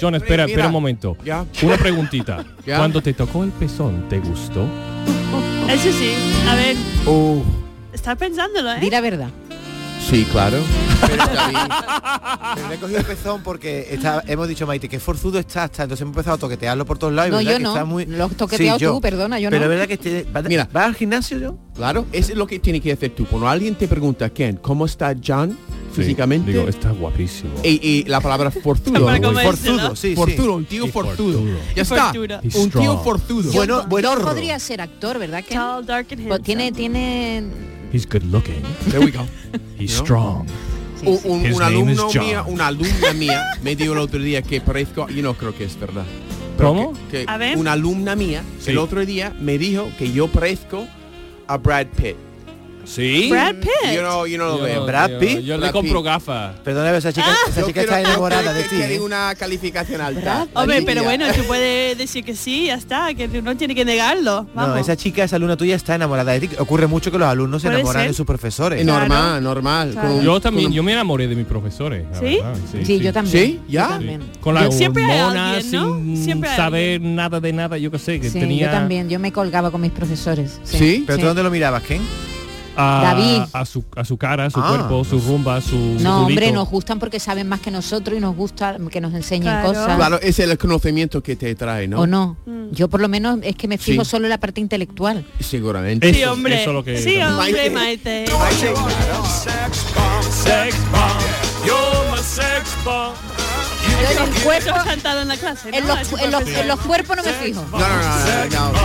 S3: John, espera,
S5: Mira.
S3: espera un momento.
S5: Ya.
S3: Una preguntita.
S5: Ya.
S3: Cuando te tocó el pezón, ¿te gustó?
S14: Eso sí, a ver,
S4: Oh.
S14: está pensándolo, ¿eh?
S2: Di la verdad.
S4: Sí, claro.
S5: Pero le he cogido el pezón porque está- hemos dicho, Maite, que forzudo está, está. Entonces hemos empezado a toquetearlo por todos lados. y
S2: No,
S5: verdad
S2: yo
S5: que
S2: no.
S5: Está muy...
S2: Lo has toqueteado
S5: Sí, yo.
S2: tú, perdona, yo
S5: Pero
S2: no.
S5: es verdad que te- va-
S4: Mira,
S5: ¿vas al gimnasio yo?
S4: Claro, eso es lo que tiene que hacer tú. Cuando alguien te pregunta, Ken, ¿cómo está John físicamente?
S3: Digo, está guapísimo.
S4: y, y la palabra forzudo.
S3: Para comerse,
S4: forzudo,
S3: ¿no? Sí, sí.
S4: forzudo, un tío
S3: Y
S4: forzudo.
S3: forzudo.
S4: Ya
S3: Y
S4: está.
S3: fortura. He's
S4: Un tío
S3: strong.
S4: forzudo.
S2: John- John podría ser actor, ¿verdad? Ken? Pues tiene, tiene...
S3: He's good looking.
S4: There we go.
S3: He's
S4: ¿No?
S3: strong.
S4: Un, un-
S3: His
S4: un
S3: name is
S4: alumno
S3: John.
S4: mía, una alumna mía me dijo el otro día que parezco, y no creo que es verdad. Pero
S3: ¿Cómo?
S4: Que, que
S3: A ver.
S4: Una alumna mía
S3: Sí.
S4: el otro día me dijo que yo parezco a Brad Pitt. Mm,
S3: Sí.
S4: Brad Pitt. Yo no, yo no lo
S3: Yo-
S4: veo.
S3: Brad Pitt. yo le compro gafas.
S5: Perdona, pero esa chica,
S2: Ah.
S5: esa
S4: Yo
S5: chica
S4: quiero-
S5: está enamorada
S4: yo
S5: de
S4: creo
S5: ti.
S4: que
S5: ¿eh?
S4: hay una calificación alta.
S14: Hombre, pero
S4: Niña.
S14: bueno, tú puedes decir que sí, ya está, que tú no tiene que negarlo. Vamos.
S5: No, esa chica, esa alumna tuya está enamorada de ti. Ocurre mucho que los alumnos se
S14: Puede
S5: enamoran
S14: ser.
S5: de sus profesores.
S14: Es normal,
S4: normal.
S14: Claro. con un-
S3: yo también, yo me enamoré de mis profesores. la
S14: ¿Sí?
S3: verdad,
S14: Sí, yo también. ¿Sí?
S4: ¿Ya?
S14: Yo también.
S3: Con la
S14: Yo- siempre hay
S3: hormona,
S14: alguien, ¿no?
S3: sin
S14: Siempre hay
S3: saber nada de nada, yo qué sé, que
S2: Sí,
S3: tenía...
S2: yo también, yo me colgaba con mis profesores. Sí,
S5: ¿Pero tú dónde lo mirabas, Ken?
S3: A,
S2: David.
S3: A su, a su cara, a su
S5: Ah.
S3: cuerpo, su rumba, su... su
S2: No, hombre,
S3: culito.
S2: nos gustan porque saben más que nosotros y nos gusta que nos enseñen cosas.
S4: Claro, ese es el conocimiento que te trae, ¿no?
S2: O no. Yo por lo menos es que me fijo
S4: Sí.
S2: solo en la parte intelectual.
S4: Seguramente.
S3: Sí, Eso- hombre. eso es lo que-
S14: Sí,
S3: Maite.
S14: hombre, Maite.
S8: Sex bomb, sex bomb, you're my sex bomb. You
S2: Yo los cuerpos
S14: sentado en la clase.
S2: en los, en los- en los cuerpos no me fijo.
S4: No, no, no, no,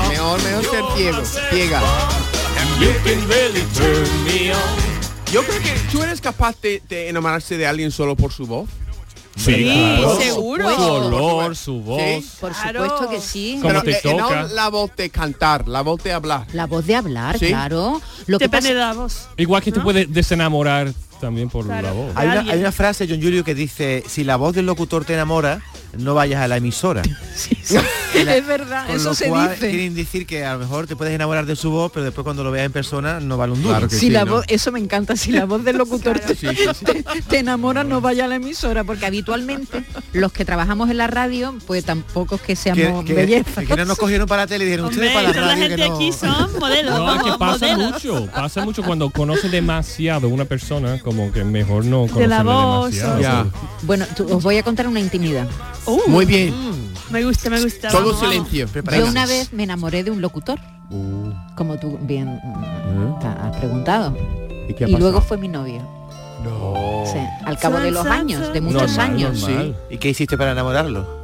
S4: no, Mejor, mejor ser ciego. Ciega. Yo creo que tú eres capaz de, de enamorarse de alguien solo por su voz.
S3: Sí, Sí, claro. seguro. Su olor,
S4: su
S3: voz.
S2: Por supuesto que sí.
S4: Pero eh, eh, no la voz de cantar, la voz de hablar.
S2: La voz de hablar,
S4: Sí.
S2: claro. Lo que
S4: Depende
S2: pasa-
S14: de la voz.
S3: Igual que te puedes desenamorar también por la voz.
S5: Hay una, hay una frase, John Julio, que dice, si la voz del locutor te enamora, no vayas a la emisora.
S2: Es verdad,
S5: Con
S2: Ah, eso
S5: lo
S2: se
S5: cual,
S2: dice.
S5: Quieren decir que a lo mejor te puedes enamorar de su voz, pero después cuando lo veas en persona no vale un duro.
S2: si la voz, eso me encanta, si la voz del locutor te,
S5: Sí, sí,
S2: te- te enamora, no vaya a la emisora, porque habitualmente los que trabajamos en la radio, pues tampoco es que seamos
S5: que,
S2: belleza.
S5: que- que no nos cogieron para la tele y dijeron ustedes para la radio que no.
S3: No, es que pasa mucho, pasa mucho cuando conoce demasiado una persona, como que mejor no conocerle demasiado.
S2: Bueno, tú- os voy a contar una intimidad.
S3: Muy bien.
S14: Uh. Mm. Me gusta, me gusta. vamos, vamos.
S2: Yo una vez me enamoré de un locutor, como tú bien mm, te has preguntado.
S4: ¿Y qué ha
S2: Y luego
S4: pasado?
S2: fue mi novio.
S5: No.
S2: Sí, al cabo de los años, de muchos años.
S5: ¿Y qué hiciste para enamorarlo?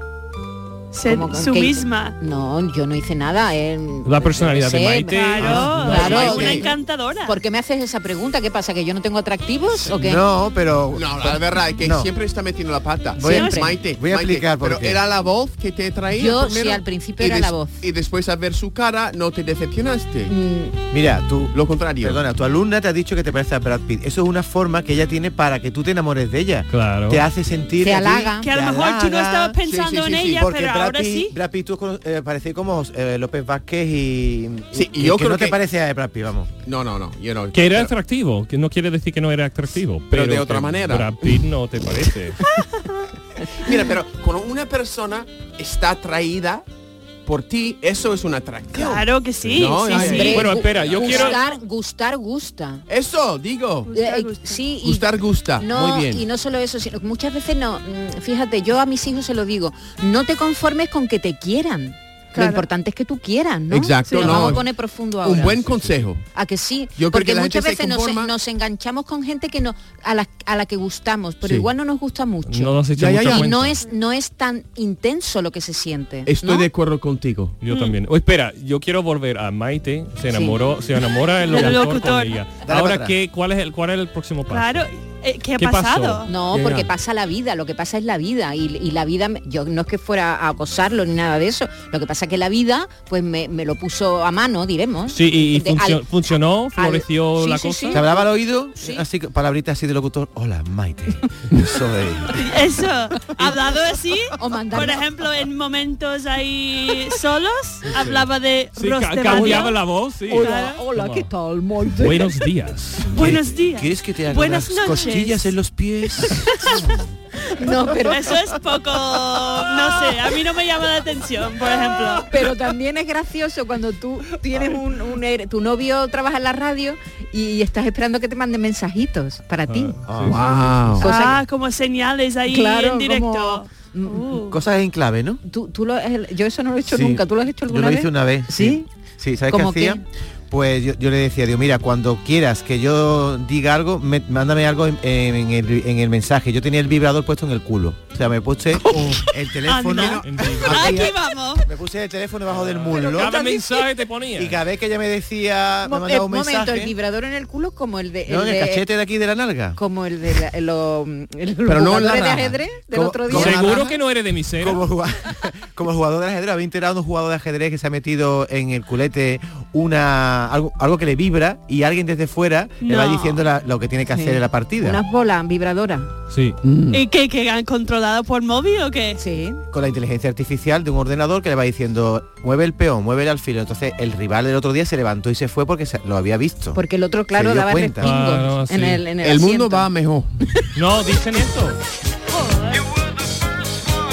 S14: Ser
S2: Como con
S14: su
S2: que-
S14: misma.
S2: No yo no hice nada. él- pues,
S3: La personalidad de
S2: sé,
S3: Maite.
S2: Claro, claro.
S14: Una
S2: sí.
S14: encantadora.
S2: ¿Por qué me haces esa pregunta? ¿Qué pasa? ¿Que yo no tengo atractivos o qué?
S5: No, pero...
S4: No, la verdad es que
S5: No.
S4: siempre está metiendo la pata.
S5: Voy a-
S4: Siempre. Maite,
S5: voy a
S4: Maite,
S5: explicar por
S4: Pero
S5: qué.
S4: era la voz que te traía.
S2: Yo, sí, al principio
S4: y
S2: era la
S4: des-
S2: voz.
S4: Y después al ver su cara, no te decepcionaste.
S2: Mm.
S5: Mira, tú...
S4: Lo contrario.
S5: Perdona, tu alumna te ha dicho que te parece a Brad Pitt. Eso es una forma que ella tiene para que tú te enamores de ella. Claro. Te hace sentir...
S2: Te
S5: a ti,
S2: halaga.
S14: Que a
S5: te
S14: lo mejor tú no
S5: halaga.
S14: estabas pensando en ella,
S5: Porque
S14: pero
S5: Brad
S14: ahora
S5: Pitt-
S14: sí.
S5: Brad Pitt, tú cono- eh, parecéis como eh, López Vázquez y...
S4: Sí, y
S5: que-
S4: yo
S5: que
S4: creo
S5: no te
S4: que-
S5: parece a Brad Pitt, vamos.
S4: No, no, no. Yo no.
S3: Que era atractivo, que no quiere decir que no era atractivo, pero,
S4: de otra
S3: que
S4: manera.
S3: Brad Pitt no te parece.
S4: Mira, pero cuando una persona está atraída por ti, eso es un atractivo.
S14: Claro que sí, sí, sí.
S4: Bueno,
S2: gu-
S4: espera, yo quiero...
S2: gustar, Gustar gusta.
S4: Eso, digo.
S2: Eh, sí, y-
S4: Gustar gusta.
S2: No,
S4: Muy bien.
S2: y no solo eso, sino que muchas veces no, mm, fíjate, yo a mis hijos se lo digo, no te conformes con que te quieran. Lo
S4: Claro.
S2: importante es que tú quieras, ¿no?
S4: Exacto,
S2: Nos
S4: no.
S2: vamos a poner profundo ahora.
S4: Un buen consejo.
S2: A que sí,
S4: Yo creo
S2: porque
S4: que la
S2: muchas
S4: gente se
S2: veces nos,
S4: conforma-
S2: nos enganchamos con gente que no a la, a la que gustamos, pero
S4: Sí.
S2: igual no nos gusta mucho.
S4: No nos echa Ya, ya, mucho ya.
S2: Y no
S4: cuenta.
S2: es no es tan intenso lo que se siente.
S4: Estoy
S2: ¿no?
S4: de acuerdo contigo.
S14: Mm.
S3: Yo también. O espera, yo quiero volver a Maite, se enamoró, se enamora el
S14: Del
S3: locutor,
S14: locutor.
S3: con ella.
S14: Dale para
S3: Ahora
S14: atrás.
S3: qué, cuál es el cuál es el próximo paso?
S14: Claro, eh, ¿qué ha
S3: ¿Qué pasó?
S14: pasado?
S2: No,
S3: Llega.
S2: porque pasa la vida, lo que pasa es la vida y, y la vida, me- yo no es que fuera a acosarlo ni nada de eso, lo que pasa es que la vida pues me, me lo puso a mano, diremos.
S3: Sí, y, y
S2: De- al-
S3: funcio- funcionó, floreció
S2: sí,
S3: la
S2: sí,
S3: cosa.
S2: sí.
S5: ¿Te hablaba al oído?
S2: Sí.
S5: Así, que- palabritas así de locutor. Hola, Maite. Soy...
S14: Eso, hablado así,
S2: mandando-
S14: por ejemplo, en momentos ahí solos, hablaba de
S3: Sí,
S14: Ros
S3: ca-
S14: de
S3: cambiaba
S14: Mario.
S3: la voz, sí.
S14: Hola,
S2: hola, ¿qué tal,
S3: Buenos días.
S14: Buenos días.
S5: ¿Quieres que te haga
S14: Buenas
S5: unas
S14: noches.
S5: costillas en los pies?
S2: No, pero-
S14: Eso es poco, no sé, a mí no me llama la atención, por ejemplo.
S2: Pero también es gracioso cuando tú tienes un, un er- tu novio trabaja en la radio y, estás esperando que te manden mensajitos para ti.
S5: Ah, Wow.
S14: Ah, como señales ahí
S2: Claro,
S14: en directo.
S5: Cosas en clave, ¿no?
S2: Tú, tú lo- el- yo eso no lo he hecho
S5: Sí.
S2: nunca, tú lo has hecho
S5: Yo
S2: alguna
S5: lo
S2: vez.
S5: hice una vez. Sí. Sí, ¿sabes qué
S2: ¿Cómo
S5: hacía?
S2: qué?
S5: Pues yo, yo le decía, digo, mira, cuando quieras que yo diga algo, me- mándame algo en, en el, en el mensaje. Yo tenía el vibrador puesto en el culo. O sea, me puse el teléfono.
S14: Anda.
S2: Ah,
S5: aquí,
S14: Aquí vamos.
S5: Me puse el teléfono debajo del muslo.
S3: Cada mensaje te ponía.
S5: Y cada vez que ella me decía, me
S2: Mo- eh,
S5: mandaba un
S2: momento,
S5: mensaje.
S2: el vibrador en el culo como el de...
S5: no,
S2: el
S5: en el
S2: de-
S5: cachete de aquí de la nalga.
S2: Como el de la- lo- el- los
S5: Pero no en la
S2: jugadores de
S5: raja.
S2: ajedrez del
S5: Como-
S2: otro día.
S5: como la
S3: Seguro
S5: raja.
S3: que no eres de mi cera.
S5: Como, jugua- como jugador de ajedrez, había enterado un jugador de ajedrez que se ha metido en el culete una algo, algo que le vibra y alguien desde fuera le va
S14: No.
S5: diciendo la- lo que tiene que hacer en la partida. Mm.
S2: Unas bolas vibradoras.
S3: Sí.
S14: ¿Y qué, que han controlado por móvil o qué?
S2: Sí.
S5: Con la inteligencia artificial de un ordenador que le va diciendo, mueve el peón, mueve el alfil. Entonces el rival del otro día se levantó y se fue porque se- lo había visto.
S2: Porque el otro, claro,
S5: Se dio
S2: daba
S5: cuenta.
S2: respingo
S5: Claro,
S2: en
S5: sí.
S2: el, en el
S5: El mundo
S2: asiento.
S4: Va mejor.
S3: No, dicen esto.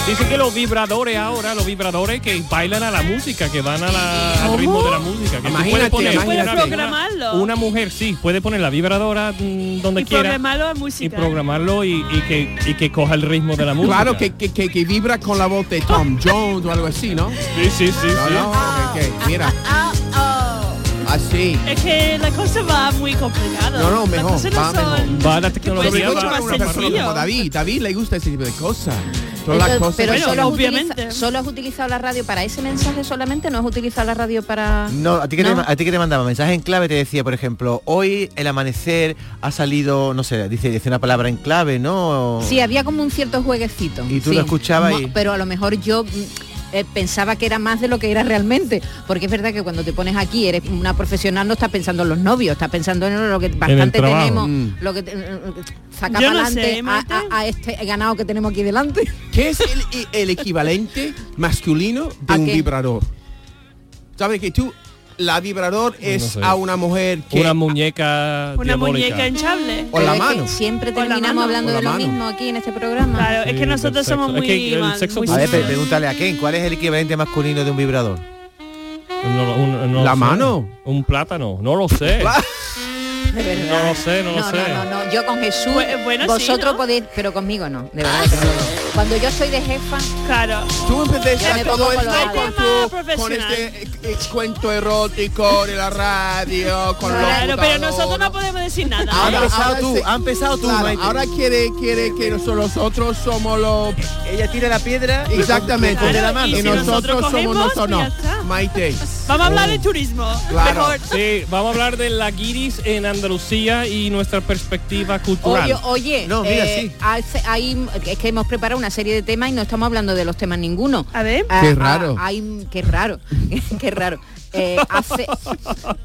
S3: Dicen que los vibradores ahora, los vibradores que bailan a la música, que van a la- al ritmo de la música. Que tú puedes
S4: Imagínate,
S3: poner
S4: imagínate.
S3: una-
S4: Puedes
S14: programarlo.
S3: Una, mujer, sí, puede poner la vibradora mm, donde
S14: Y
S3: quiera.
S14: programarlo a música.
S3: Y programarlo y, y que, y que coja el ritmo de la música.
S4: Claro que, que, que, que vibra con la voz de Tom Jones o algo así, ¿no?
S3: Sí, sí, sí.
S4: No,
S3: sí.
S4: no, que- que- mira,
S14: Ah, oh.
S4: así.
S14: Es que la cosa va muy complicada.
S4: No, no,
S14: Las
S4: mejor,
S14: cosas no
S4: va
S14: son-
S4: mejor.
S3: Va la
S14: Puede ser
S4: Pues
S3: tecnología.
S14: pues mucho
S3: va-
S14: más
S4: Una persona
S14: sencillo.
S4: como David, David le gusta ese tipo de cosas. Son las
S2: Entonces,
S4: cosas
S2: pero
S4: que-
S2: solo, has
S14: obviamente.
S2: utiliza- solo has utilizado la radio para ese mensaje solamente, no has utilizado la radio para...
S5: No, a ti, que
S2: ¿No?
S5: Te, a ti que te mandaba mensaje en clave te decía, por ejemplo, hoy el amanecer ha salido, no sé, dice, dice una palabra en clave, ¿no?
S2: Sí, había como un cierto jueguecito.
S5: Y tú
S2: sí.
S5: lo escuchabas y-
S2: Mo- Pero a lo mejor yo mm, eh, pensaba que era más de lo que era realmente. Porque es verdad que cuando te pones aquí, eres una profesional, no estás pensando en los novios, estás pensando en lo que bastante
S10: trabajo.
S2: tenemos,
S10: Mm.
S2: lo que te- mm, saca
S10: Yo
S2: para
S10: no sé,
S2: adelante a,
S10: Maite.
S2: a- a este ganado que tenemos aquí delante.
S4: ¿Qué es el, e, el equivalente masculino de
S2: ¿A
S4: un
S2: qué?
S4: vibrador? ¿Sabes que tú, la vibrador es
S3: sé.
S4: a una mujer que...
S3: Una muñeca
S4: Una
S3: diabólica.
S4: muñeca en-
S14: Hinchable.
S4: O la Pero es que mano.
S2: Siempre
S14: O la
S2: terminamos
S14: mano.
S2: hablando
S5: O la
S2: de lo
S5: mano.
S2: mismo aquí en este programa.
S14: Claro, es que nosotros somos muy... mal- muy
S5: A ver,
S14: similares.
S5: pe- pregúntale a Ken, ¿cuál es el equivalente masculino de un vibrador?
S3: No, un- no
S5: ¿La
S3: sé.
S5: mano?
S3: Un plátano, no lo sé.
S2: De verdad.
S3: No lo sé, no lo sé.
S2: No, no, no, yo con Jesús,
S14: Bu- Pues, bueno, sí,
S2: vosotros podéis, pero conmigo no, de verdad. que no. Cuando yo soy de jefa,
S14: claro.
S4: Tú empezaste
S2: Ya me
S4: a todo
S2: pongo
S4: esto
S2: colorada.
S4: con,
S2: Ay,
S4: tu-
S14: profesional.
S4: con este eh, eh, cuento erótico de la radio, con
S14: Claro,
S4: los
S14: pero nosotros no podemos decir nada.
S4: Ahora-
S14: ¿eh?
S4: ahora sí. Claro,
S14: Maite.
S4: ahora quiere, quiere que nosotros, nosotros somos los...
S5: Ella tira la piedra
S14: y
S4: Exactamente.
S14: con- con la mano.
S4: Y,
S14: Y si
S4: nosotros, pues
S14: nosotros
S4: somos
S14: cogemos,
S4: nosotros.
S3: pues
S14: ya
S4: No. Maite.
S14: Vamos a hablar de turismo.
S4: Claro.
S14: Mejor.
S3: Sí, vamos a hablar de la guiris en Andalucía y nuestra perspectiva cultural.
S2: oye, oye,
S3: No, mira,
S2: eh,
S3: sí.
S2: hace- hay- es que hemos preparado una serie de temas y no estamos hablando de los temas ninguno.
S14: A ver.
S2: Ah,
S3: Qué
S2: ah,
S3: raro.
S2: hay- qué raro, qué raro. Eh, hace-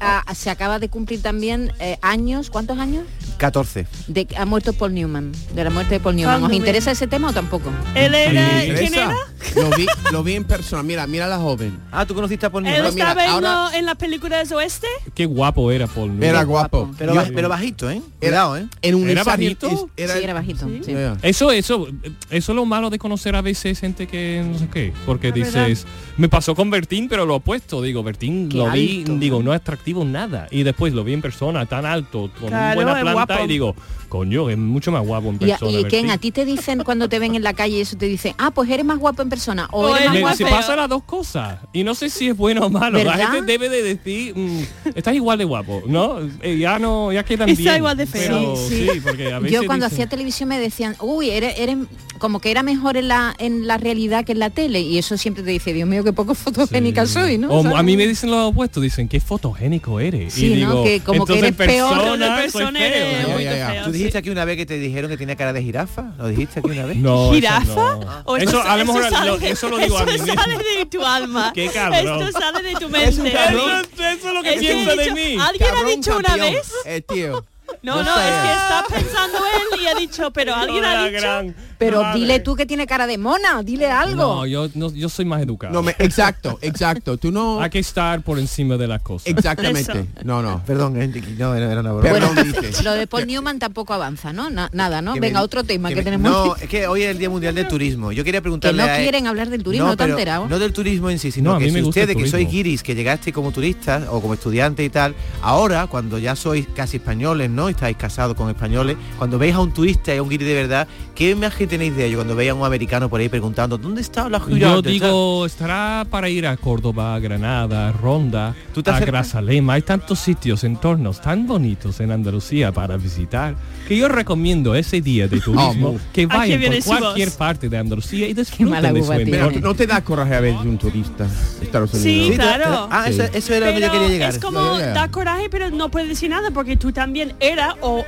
S2: ah, se acaba de cumplir también eh, años, ¿cuántos años?
S5: 14.
S2: De que ha muerto Paul Newman, de la muerte de Paul Newman. ¿Os
S4: Ándame.
S2: interesa ese tema o tampoco?
S14: Él
S4: ¿Me interesa? Lo vi, lo vi en persona. Mira, mira la joven.
S5: Ah, tú conociste a Paul
S4: Pues
S14: Él estaba en, lo- en las películas oeste.
S3: Qué guapo era Paul. Newman.
S4: Era guapo.
S5: Pero,
S3: Yo-
S5: ba- pero bajito, ¿eh?
S4: Era,
S5: ¿eh?
S4: En un
S3: ¿Era
S4: examen-
S3: bajito?
S4: es- era-
S2: sí, era bajito. sí.
S3: Eso, eso, eso es lo malo de conocer a veces gente que no sé qué, porque dices,
S2: verdad.
S3: me pasó con Bertín, pero lo opuesto, digo, Bertín
S2: Qué
S3: lo vi,
S2: alto.
S3: digo, no es atractivo nada, y después lo vi en persona, tan alto, con
S2: Claro,
S3: buena
S2: es
S3: planta,
S2: guapo.
S3: y digo, coño, es mucho más guapo en
S2: Y,
S3: persona.
S2: y
S3: Bertín".
S2: Ken, a ti te dicen cuando te ven en la calle y eso te dicen, ah, pues eres más guapo en persona o,
S3: Me-
S2: eres más guapo.
S3: Eh, se pasa las dos cosas y no sé si es bueno o malo la
S2: ¿Verdad?
S3: gente debe de decir mm, estás igual de guapo no Eh, ya no ya quedan
S14: Está
S3: bien,
S14: igual de feo.
S3: pero
S14: Sí,
S3: sí,
S14: sí.
S3: porque a veces
S2: Yo cuando
S3: dicen-
S2: hacía televisión me decían, uy, eres, eres como que era mejor en la en la realidad que en la tele y eso siempre te dice, Dios mío, qué poco fotogénica soy, ¿no?
S3: O
S2: ¿Sabes?
S3: a mí me dicen lo opuesto, dicen qué fotogénico eres.
S2: Sí,
S3: y
S2: ¿no?
S3: digo,
S2: Que como que
S3: entonces
S2: eres peor,
S3: persona,
S2: de
S3: soy
S2: persona
S3: feo,
S2: eres
S3: ¿no?
S5: Ya, ya, ya. ¿Tú dijiste aquí una vez que te dijeron que tenía cara de jirafa? ¿Lo dijiste aquí una vez?
S3: No,
S14: ¿Jirafa? ¿O
S3: Eso a lo mejor
S14: sale-
S3: lo- eso lo digo a mí
S14: eso
S3: mismo.
S14: sale de tu alma.
S3: Qué cabrón.
S14: Esto sale de tu
S3: Es un
S14: mente.
S3: cabrón. Eso es lo que piensa
S14: he
S3: de
S14: dicho-
S3: mí.
S14: ¿Alguien
S3: Cabrón,
S14: ha dicho una
S3: campeón.
S14: vez?
S4: Eh, tío.
S14: No,
S4: No
S14: no,
S4: sé.
S14: es que está pensando él y ha dicho, pero alguien ha
S3: la
S14: dicho.
S3: gran-
S2: Pero
S3: Madre.
S2: dile tú que tiene cara de mona, dile algo.
S3: No, yo, no, yo soy más educado.
S4: No, me- exacto, exacto. Tú no.
S3: Hay que estar por encima de las cosas.
S4: Exactamente. Eso. No, no.
S5: Perdón, eh. gente, que no, era era una broma.
S4: Perdón,
S2: Lo de Paul Newman tampoco avanza, ¿no? Na- nada, ¿no?
S5: Que me-
S2: Venga, otro tema que,
S5: me-
S2: tenemos.
S5: No, es que hoy es el Día Mundial del Turismo. Yo quería
S2: que
S5: preguntarle
S2: no
S5: a él-
S2: quieren hablar del turismo, no, te has
S5: pero
S2: enterado.
S5: no del turismo en sí, sino
S3: No, a
S5: que
S3: mí me
S5: si
S3: gusta el
S5: ustedes que sois
S3: turismo.
S5: guiris, que llegasteis como turistas o como estudiantes y tal, ahora cuando ya sois casi españoles, ¿no? Estáis casados con españoles, cuando veis a un turista y a un guiri de verdad, ¿qué imagen tenéis de ellos cuando veis a un americano por ahí preguntando ¿dónde está la girata?
S3: Yo digo, estará para ir a Córdoba, a Granada, a Ronda, a
S5: acercas?
S3: Grazalema. Hay tantos sitios, entornos tan bonitos en Andalucía para visitar que yo recomiendo ese día de turismo
S4: mu.
S3: que
S4: Aquí
S3: vayan
S4: viene
S3: por
S4: su
S3: cualquier
S4: voz.
S3: parte de Andalucía y disfruten de su
S4: Pero
S3: entorno.
S4: no te da coraje a ver un turista. Estados Unidos.
S14: Sí, claro.
S5: Ah,
S4: Sí.
S14: Pero Es como da coraje, pero no puedes decir nada porque tú también era o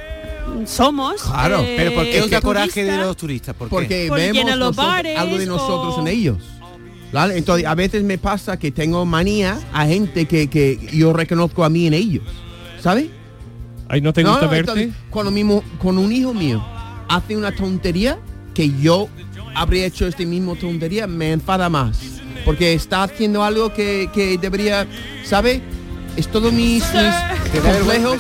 S14: somos.
S4: Claro,
S14: eh,
S4: pero ¿por qué os da
S5: coraje
S14: turista.
S5: de los turistas? ¿Por qué?
S4: porque
S14: Porque
S4: vemos
S14: llenan los
S4: nosotros-
S14: bares
S4: algo de
S14: o-
S4: nosotros en ellos. ¿vale? Entonces, a veces me pasa que tengo manía a gente que, que yo reconozco a mí en ellos. ¿Sabes?
S3: Ay, ¿no te gusta verte?
S4: cuando mismo, con un hijo mío hace una tontería que yo habría hecho este mismo tontería, me enfada más. Porque está haciendo algo que, que debería, ¿sabes? Es todo mis, mis complejos.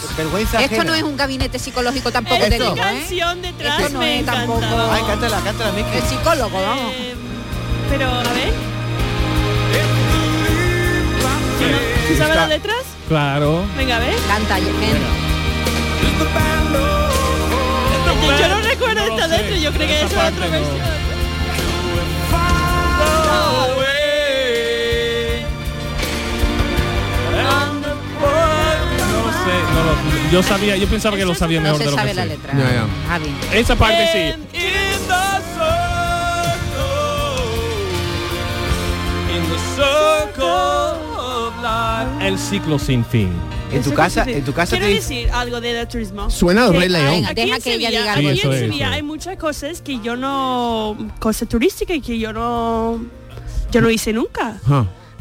S2: Esto no es un gabinete psicológico tampoco, te
S4: Eso.
S2: digo, ¿eh?
S14: canción detrás
S2: Esto no
S14: me
S2: es
S14: encanta.
S2: tampoco.
S14: Ay,
S5: cántala, cántala, Miki.
S2: El psicólogo, vamos.
S14: Pero a ver. ¿Tú sabes las letras?
S3: Claro.
S14: Venga, a ver.
S2: Canta,
S14: Yo no recuerdo esta letra, yo creo que es la otra versión.
S3: No sé, no lo- yo sabía, yo pensaba que lo sabía
S2: No
S3: mejor
S2: se
S3: de lo
S2: sabe
S14: Ah,
S3: que
S2: la
S3: sé.
S14: Em,
S2: letra.
S3: Esa parte sí. El ciclo sin fin.
S5: En tu casa, en tu casa
S14: Quiero decir algo de la turismo.
S3: Suena
S14: Que
S3: Rey León.
S14: hay-
S3: Venga,
S14: aquí
S2: deja
S14: en
S2: que ella
S14: Sevilla-
S2: diga
S3: algo.
S14: aquí
S3: Sí, eso
S14: en
S3: es,
S14: Sevilla
S3: eso
S14: hay muchas cosas que yo no cosas turísticas que yo no yo no hice nunca.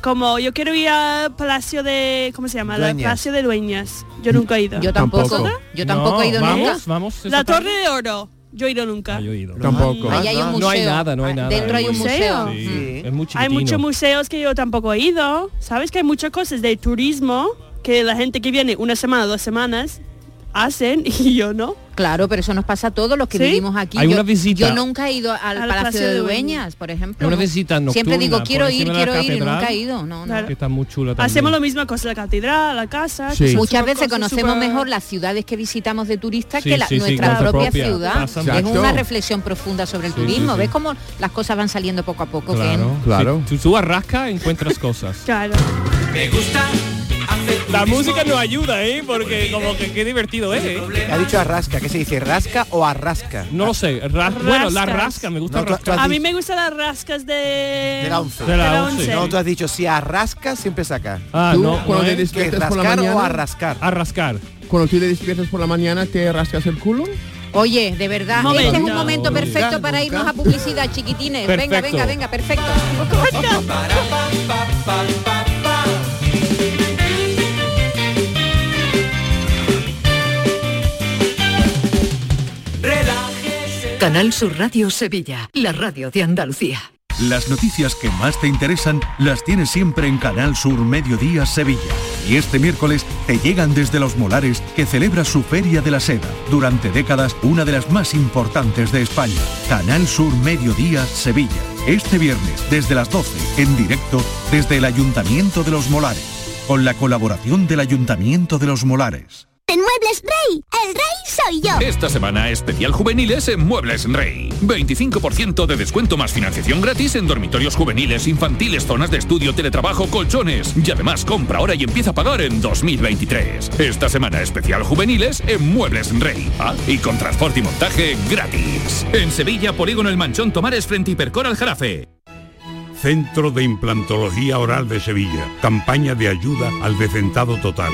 S14: Como yo quiero ir al Palacio de ¿cómo se llama? La
S3: Dueñas.
S14: Palacio de Dueñas. Yo nunca he ido.
S2: Yo tampoco. Tampoco. Yo tampoco he ido
S3: vamos,
S2: nunca.
S3: Vamos, esa
S14: La
S3: tarde.
S14: Torre de Oro. Yo he ido nunca.
S3: Tampoco.
S2: Ahí hay un
S3: No hay
S2: museo.
S3: nada,
S14: Ah,
S3: no hay nada.
S2: Dentro hay un museo.
S3: Sí, Es muy
S14: Hay
S3: chiquitino.
S14: muchos museos que yo tampoco he ido. Sabes que hay muchas cosas de turismo que la gente que viene una semana, dos semanas hacen y yo no.
S2: Claro, pero eso nos pasa a todos los que
S14: ¿Sí?
S2: vivimos aquí.
S3: Hay
S2: yo,
S3: una visita.
S2: yo nunca he ido al, Palacio, de Dueñas, por ejemplo.
S3: Una
S2: ¿no?
S3: visita nocturna.
S2: Siempre digo,
S3: por
S2: quiero ir,
S3: encima de la
S2: quiero ir, y
S3: catedral,
S2: nunca he ido. No, no.
S3: Que está muy chula también.
S14: Hacemos lo mismo con la catedral, la casa. que son
S2: Muchas veces
S14: cosas
S2: conocemos
S14: súper-
S2: mejor las ciudades que visitamos de turistas
S3: Sí,
S2: que la-
S3: sí, sí,
S2: nuestra
S3: nuestra
S2: propia,
S3: propia.
S2: ciudad.
S3: Pasan
S2: Es
S3: Exacto.
S2: una reflexión profunda sobre el
S3: Sí,
S2: turismo.
S3: sí, sí.
S2: ¿Ves cómo las cosas van saliendo poco a poco?
S3: Claro.
S2: Ken?
S3: claro. Si tú arrascas, encuentras cosas.
S14: Claro.
S17: Me gusta
S3: La música nos ayuda, ¿eh? Porque como que qué divertido es, ¿eh?
S5: Ha dicho arrasca, ¿qué se dice? ¿Rasca o arrasca?
S3: No lo sé, bueno, la rasca, me gusta rascar.
S14: A mí me gustan las rascas de...
S5: De la once.
S3: De la De la once. once.
S5: No, tú has dicho, si arrasca, siempre saca.
S3: Ah,
S4: Tú,
S3: no,
S4: cuando
S3: no
S4: te
S3: es-
S4: despiertas por la
S5: rascar
S4: mañana
S5: o arrascar.
S3: Arrascar.
S4: Cuando tú te despiertas por la mañana, ¿te rascas el culo?
S2: Oye, de verdad,
S4: Momento.
S2: este es un momento
S4: Nunca,
S2: perfecto
S4: nunca.
S2: para irnos a publicidad, chiquitines. Venga,
S4: Perfecto.
S2: venga, venga, perfecto.
S18: Canal Sur Radio Sevilla, la radio de Andalucía.
S12: Las noticias que más te interesan las tienes siempre en Canal Sur Mediodía Sevilla. Y este miércoles te llegan desde Los Molares, que celebra su Feria de la Seda, durante décadas una de las más importantes de España. Canal Sur Mediodía Sevilla. Este viernes, desde las 12, en directo, desde el Ayuntamiento de Los Molares, con la colaboración del Ayuntamiento de Los Molares.
S10: En Muebles Rey, el rey soy yo.
S20: Esta semana especial juveniles en Muebles Rey. 25% de descuento más financiación gratis en dormitorios juveniles, infantiles, zonas de estudio, teletrabajo, colchones. Y además compra ahora y empieza a pagar en 2023. Esta semana especial juveniles en Muebles Rey. Ah, y con transporte y montaje gratis. En Sevilla, Polígono El Manchón Tomares frente Hipercor al Jarafe.
S21: Centro de Implantología Oral de Sevilla. Campaña de ayuda al desentado total.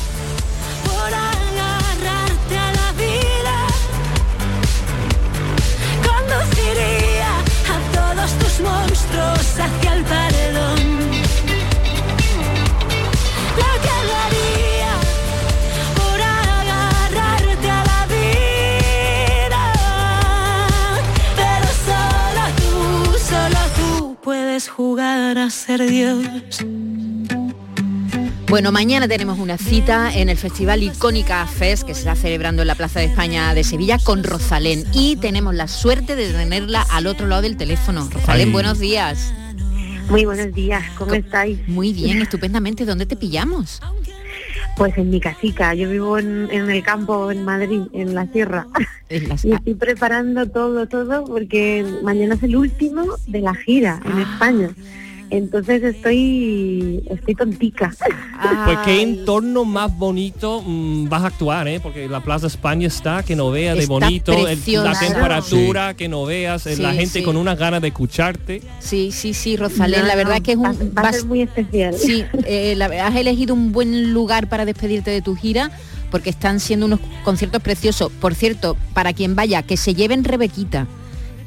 S8: por agarrarte a la vida. Conduciría a todos tus monstruos hacia el paredón. No quedaría por agarrarte a la vida. Pero solo tú, solo tú puedes jugar a ser Dios.
S2: Bueno, mañana tenemos una cita en el Festival Icónica Fest que se está celebrando en la Plaza de España de Sevilla con Rosalén y tenemos la suerte de tenerla al otro lado del teléfono. Rosalén,
S22: Ay.
S2: buenos días.
S22: Muy buenos días, ¿cómo estáis?
S2: Muy bien, estupendamente. ¿Dónde te pillamos?
S22: Pues en mi casita, yo vivo en, en el campo en Madrid, en la sierra. Y estoy preparando todo, todo, porque mañana es el último de la gira en
S2: Ah.
S22: España. Entonces estoy estoy tontica.
S2: Ah.
S3: Pues qué entorno más bonito mm, vas a actuar, ¿eh? Porque la Plaza España está que no veas de
S2: Está
S3: bonito, el- la
S2: preciosa.
S3: temperatura que no veas, eh, la
S2: Sí,
S3: gente
S2: sí.
S3: con unas ganas de escucharte.
S2: Sí, sí, sí, Rosalén,
S22: No,
S2: la verdad
S22: no,
S2: que es un...
S22: va a
S2: vas-
S22: ser muy especial.
S2: Sí, eh, la- has elegido un buen lugar para despedirte de tu gira porque están siendo unos conciertos preciosos. Por cierto, para quien vaya, que se lleven Rebequita,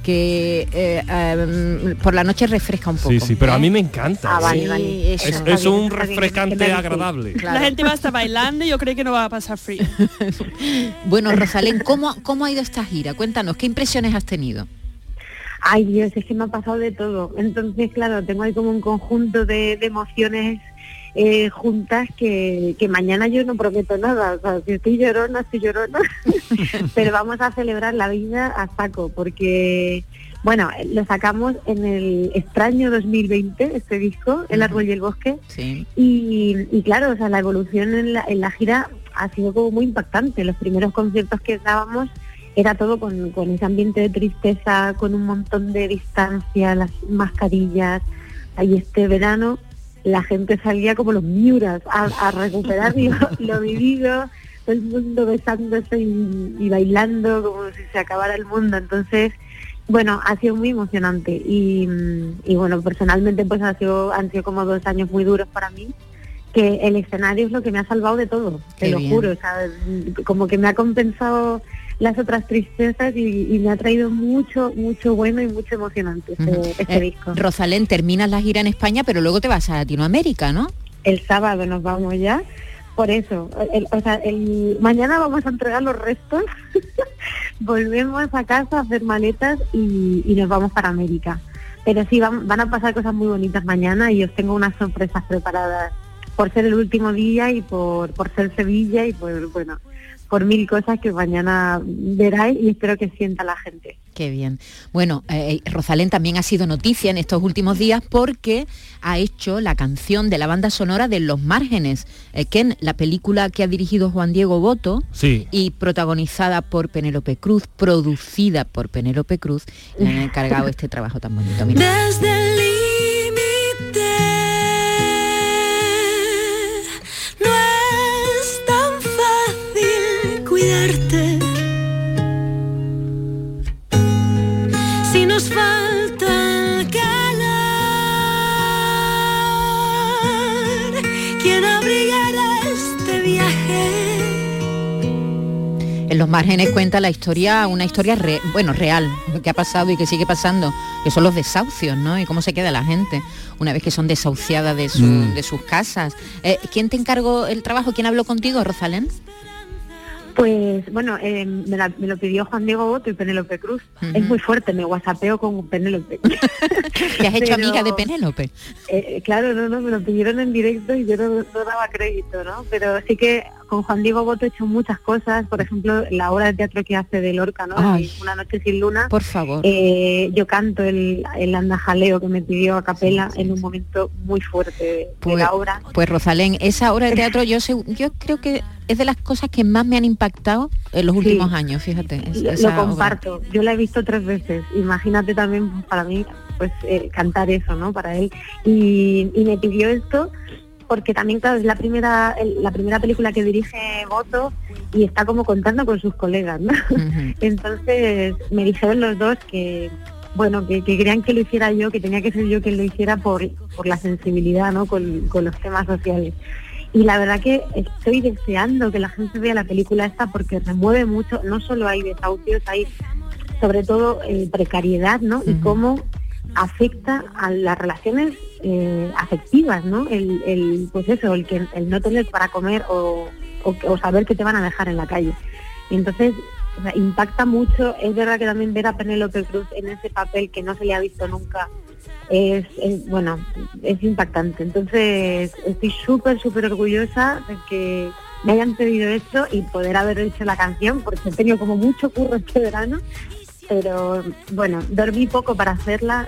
S2: que eh, em, por la noche refresca un poco.
S3: Sí, sí, pero a mí me encanta.
S2: Ah, vale,
S3: Sí,
S2: vale.
S3: Es,
S2: Eso.
S3: es
S2: Está bien,
S3: un
S2: está bien,
S3: refrescante
S2: que me-
S3: agradable.
S2: Claro.
S14: La gente va a estar bailando y yo creo que no va a pasar frío.
S2: Bueno, Rosalén, ¿cómo, ¿cómo ha ido esta gira? Cuéntanos, ¿qué impresiones has tenido?
S22: Ay Dios, es que me ha pasado de todo. Entonces, claro, tengo ahí como un conjunto de, de emociones eh, juntas que, que mañana yo no prometo nada. O sea, si estoy llorona, estoy llorona. Pero vamos a celebrar la vida a saco, porque, bueno, lo sacamos en el extraño 2020, este disco, El Árbol y el Bosque.
S2: Sí.
S22: Y, y claro, o sea, la evolución en la, en la gira ha sido como muy impactante. Los primeros conciertos que dábamos era todo con, con ese ambiente de tristeza, con un montón de distancia, las mascarillas. Ahí este verano la gente salía como los miuras a, a recuperar lo, lo vivido, todo el mundo besándose y, y bailando como si se acabara el mundo. Entonces, bueno, ha sido muy emocionante y, mm, y bueno, personalmente pues ha sido, han sido como dos años muy duros para mí, que el escenario es lo que me ha salvado de todo,
S2: Qué
S22: te lo
S2: bien.
S22: juro, o sea, mm, como que me ha compensado las otras tristezas y, y me ha traído mucho, mucho bueno y mucho emocionante este, este
S2: Eh,
S22: disco.
S2: Rosalén, terminas la gira en España, pero luego te vas a Latinoamérica, ¿no?
S22: El sábado nos vamos ya. Por eso, el- o sea, el, mañana vamos a entregar los restos, volvemos a casa a hacer maletas y, y nos vamos para América. Pero sí, van, van a pasar cosas muy bonitas mañana y os tengo unas sorpresas preparadas por ser el último día y por, por ser Sevilla y por, bueno, por mil cosas que mañana veráis y espero que sienta la gente.
S2: Qué bien. Bueno, eh, Rosalén también ha sido noticia en estos últimos días porque ha hecho la canción de la banda sonora de Los Márgenes, eh, Ken, la película que ha dirigido Juan Diego Boto
S3: Sí.
S2: y protagonizada por Penélope Cruz, producida por Penélope Cruz, le han encargado este trabajo tan bonito. Mira.
S13: Desde el límite no es tan fácil cuidarte. Si nos falta el calor, ¿quién abrigará este viaje?
S2: En Los Márgenes cuenta la historia, una historia re- bueno, real, que ha pasado y que sigue pasando, que son los desahucios, ¿no? Y cómo se queda la gente una vez que son desahuciadas de, su-
S6: Mm.
S2: de sus casas. Eh, ¿Quién te encargó el trabajo? ¿Quién habló contigo, Rosalén?
S22: Pues bueno, eh, me, la- me lo pidió Juan Diego Boto y Penélope Cruz. Es muy fuerte, me whatsappeo con Penélope.
S2: ¿Te has
S22: Pero-
S2: hecho amiga de Penélope?
S22: Eh, claro, no, no, me lo pidieron en directo y yo no, no daba crédito, ¿no? Pero sí que con Juan Diego Boto he hecho muchas cosas, por ejemplo, la obra de teatro que hace de Lorca, ¿no?
S2: Ay.
S22: Una noche sin luna.
S2: Por favor.
S22: Eh, yo canto el, el andajaleo que me pidió a capela en un momento muy fuerte de, de
S2: Pues,
S22: la obra.
S2: pues, Rosalén, esa obra de teatro yo sé- yo creo que es de las cosas que más me han impactado en los
S22: Sí.
S2: últimos años, fíjate. es-
S22: Lo-
S2: esa
S22: lo
S2: obra.
S22: comparto. Yo la he visto tres veces. Imagínate también para mí, pues eh, cantar eso, ¿no? Para él. Y, y me pidió esto porque también claro es la primera el- la primera película que dirige Boto y está como contando con sus colegas, ¿no? Entonces me dijeron los dos que bueno que, que querían que lo hiciera yo, que tenía que ser yo quien lo hiciera por por la sensibilidad, ¿no? Con, con los temas sociales. Y la verdad que estoy deseando que la gente vea la película esta porque remueve mucho, no solo hay desahucios, hay sobre todo eh, precariedad, ¿no? Y cómo afecta a las relaciones eh, afectivas, ¿no? El, el, pues eso, el, que, el no tener para comer o, o, o saber que te van a dejar en la calle. Y entonces o sea, impacta mucho, es verdad que también ver a Penélope Cruz en ese papel que no se le ha visto nunca es, es, bueno, es impactante. Entonces, estoy súper, súper orgullosa de que me hayan pedido esto y poder haber hecho la canción, porque he tenido como mucho curro este verano, pero bueno, dormí poco para hacerla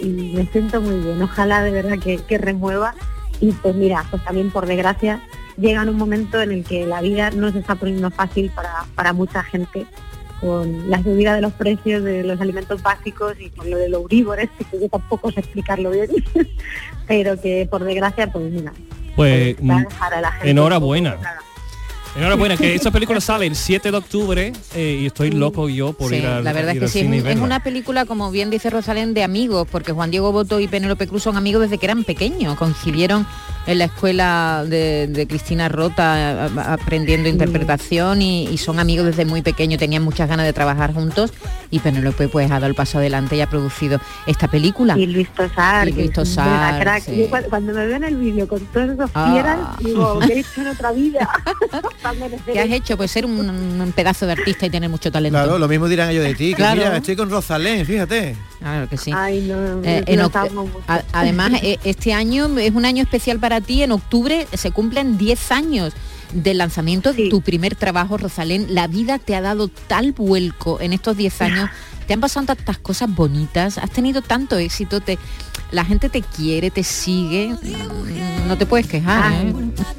S22: y, y me siento muy bien. Ojalá de verdad que, que remueva y pues mira, pues también por desgracia llega en un momento en el que la vida no se está poniendo fácil para, para mucha gente con la subida de los precios de los alimentos básicos y con lo del Euribor este, que yo tampoco sé explicarlo bien, pero que por desgracia, pues mira,
S3: Pues
S22: va a dejar a la gente...
S3: enhorabuena. Enhorabuena, que esa película sale el 7 de octubre eh, y estoy loco yo por
S2: Sí,
S3: ir al
S2: la verdad es
S3: ir
S2: que
S3: al
S2: sí, es,
S3: cine y
S2: un- es
S3: verla.
S2: una película, como bien dice Rosalén, de amigos, porque Juan Diego Boto y Penélope Cruz son amigos desde que eran pequeños, concibieron en la escuela de, de Cristina Rota a- a-
S22: Mm.
S2: aprendiendo interpretación y, y son amigos desde muy pequeño, tenían muchas ganas de trabajar juntos y Penélope pues ha dado el paso adelante y ha producido esta película.
S22: Y Luis Tosar.
S2: Y Luis
S22: que es una
S2: Tosar,
S22: crack.
S2: sí.
S22: Yo cuando, cuando me veo en el vídeo con todos esos
S2: Ah.
S22: fieras, digo, ¿qué he hecho en otra vida? Para merecer
S2: ¿Qué has hecho? Pues ser un, un pedazo de artista y tener mucho talento.
S5: Claro, lo mismo dirán ellos de ti, que
S2: Claro.
S5: mira, estoy con Rosalén, fíjate.
S2: Claro que sí.
S22: Ay, no,
S2: Eh, en oc- a- además, e- este año es un año especial para ti. En octubre se cumplen 10 años del lanzamiento de tu primer trabajo, Rosalén. La vida te ha dado tal vuelco en estos 10 años. Te han pasado tantas cosas bonitas. Has tenido tanto éxito. Te, la gente te quiere, te sigue. Mm, No te puedes quejar.
S22: Ay,